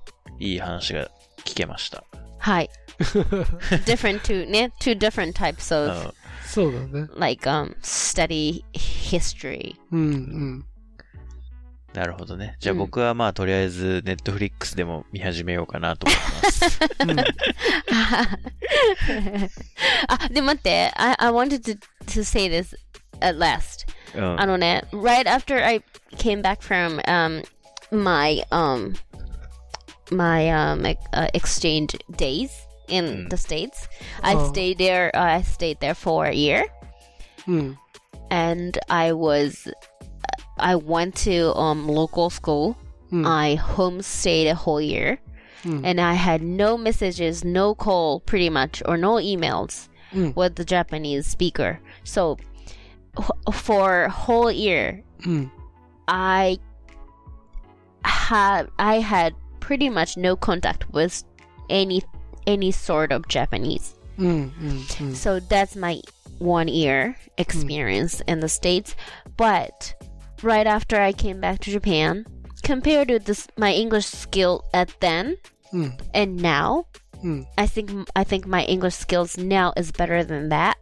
S3: いい話が聞けました。
S1: はい。different to, ね、two different types
S3: う
S1: of,
S3: ん
S2: そうだね。
S1: like, um, study history.
S2: うん、うん。
S3: なるほどね。じゃあ
S1: うん
S3: 僕はまあとりあえず、ネットフリックスでも見始めようかなと思います。
S1: あ、で、待って。I, I wanted to, to say this at last.
S3: うん
S1: あのね、right after I came back from um, my um, my um, ex- uh, exchange days in
S3: Mm.
S1: the states, I
S2: Oh.
S1: stayed there. Uh, I stayed there for a year,
S2: うん。
S1: and I was uh, I went to um local school.
S2: Mm.
S1: I homestayed a whole year,
S2: Mm.
S1: and I had no messages, no call, pretty much, or no emails
S2: Mm.
S1: with the Japanese speaker. So wh- for a whole year,
S2: うん。
S1: I had I had pretty much no contact with any any sort of Japanese.
S2: うん。うん。うん。
S1: So that's my one year experience in the states. But right after I came back to Japan, compared to this my English skill at then
S2: うん。
S1: and now,
S2: うん。
S1: I think I think my English skills now is better than that.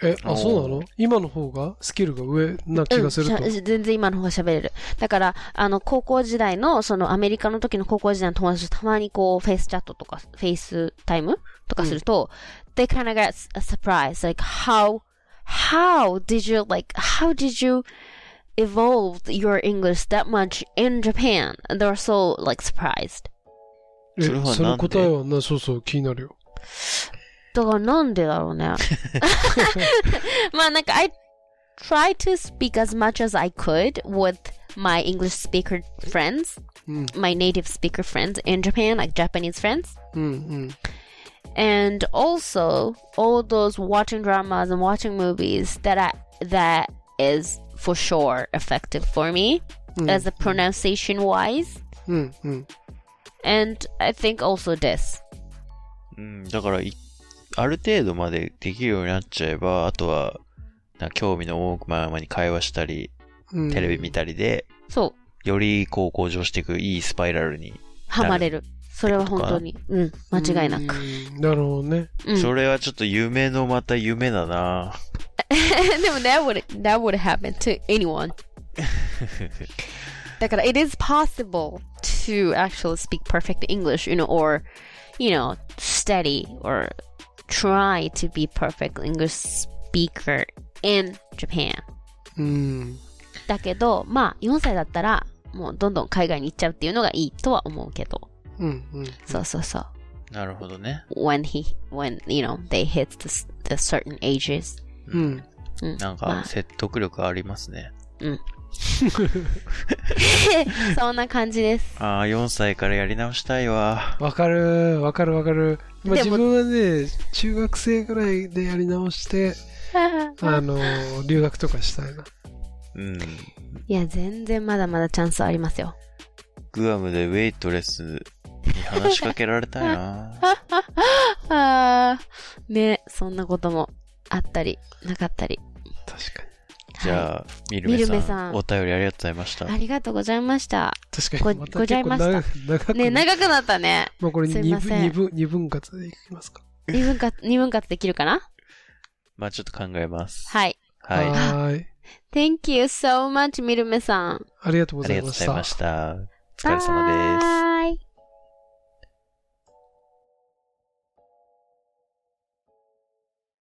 S2: え、あ、そうなの今の方がスキルが上な気がすると。
S1: うんしゃ全然今の方が喋れる。だから、あの、高校時代の、そのアメリカの時の高校時代の友達とたまにこう、フェイスチャットとか、フェイスタイムとかすると、they kind of got a surprise. Like, how, how did you, like, how did you evolve your English that much in Japan? And they're so, like, surprised.
S2: え、
S3: それはなんで
S2: その答えはな、そうそう、気にな るよ。
S1: だからなんでだろうね。まあなんか、I try to speak as much as I could with my English speaker friends,
S2: うん、
S1: my native speaker friends in Japan, like Japanese friends.
S2: うん、うん。
S1: And also, all those watching dramas and watching movies that I, that is for sure effective for me
S2: Hmm.
S1: as a pronunciation wise.
S2: うん、うん。
S1: And I think also this.
S3: うん、だからい、ある程度までできるようになっちゃえば、あとは、なんか興味の多くままに会話したり、
S2: うん
S3: テレビ見たりで、
S1: そう。
S3: よりこう向上していくいいスパイラルに。
S1: ハマれる。それは本当に。うん。間違いなく。
S2: うんなるほどね。
S1: うん
S3: それはちょっと夢のまた夢だな
S1: でも that would that would happen to anyone. だから it is possible to actually speak perfect English, you know, or you know, study or try to be perfect English speaker in Japan.
S2: うん。
S1: だけど、まあ4歳だったらもうどんどん海外に行っちゃうっていうのがいいとは思うけど。
S2: うん、うん。
S1: そうそうそう。
S3: なるほどね。
S1: When he when you know they hit the, s- the certain ages.
S2: うん。
S1: うん
S3: なん
S1: ま
S3: か
S1: あ
S3: 説得力ありますね。
S1: そんな感じです。
S3: ああ、4歳からやり直したいわ。
S2: わかる、わかる、わかる。まあ、
S1: で
S2: 自
S1: も
S2: 分はね、中学生ぐらいでやり直して、あのー、留学とかしたいな。
S3: うん。
S1: いや、全然まだまだチャンスありますよ。
S3: グアムでウェイトレスに話しかけられたい な
S1: あーね、そんなこともあったり、なかったり。
S2: 確かに。
S3: じ
S1: は
S3: ゃあ、みるめさん
S1: みるめさん
S3: お便りありがとうございました
S1: い。。ありがとうございました。
S2: 確か
S1: ご
S2: に。
S1: ございました
S2: 結構長く長く
S1: ね、長くなった ね。
S2: まあ、これ
S1: すい
S2: 二
S1: ません
S2: 分、二分、二分割でいきますか。
S1: 2分割、二分割できるかな
S3: まあちょっと考えます。
S1: はい。
S3: はい。あ
S2: はーい。
S1: Thank you so much, みるめさん。
S2: ありがとうござ
S3: りが
S2: い
S3: とうご
S2: ま
S3: ざ
S2: し
S3: い
S2: た
S3: ま。した。お疲れ様です。
S1: バイ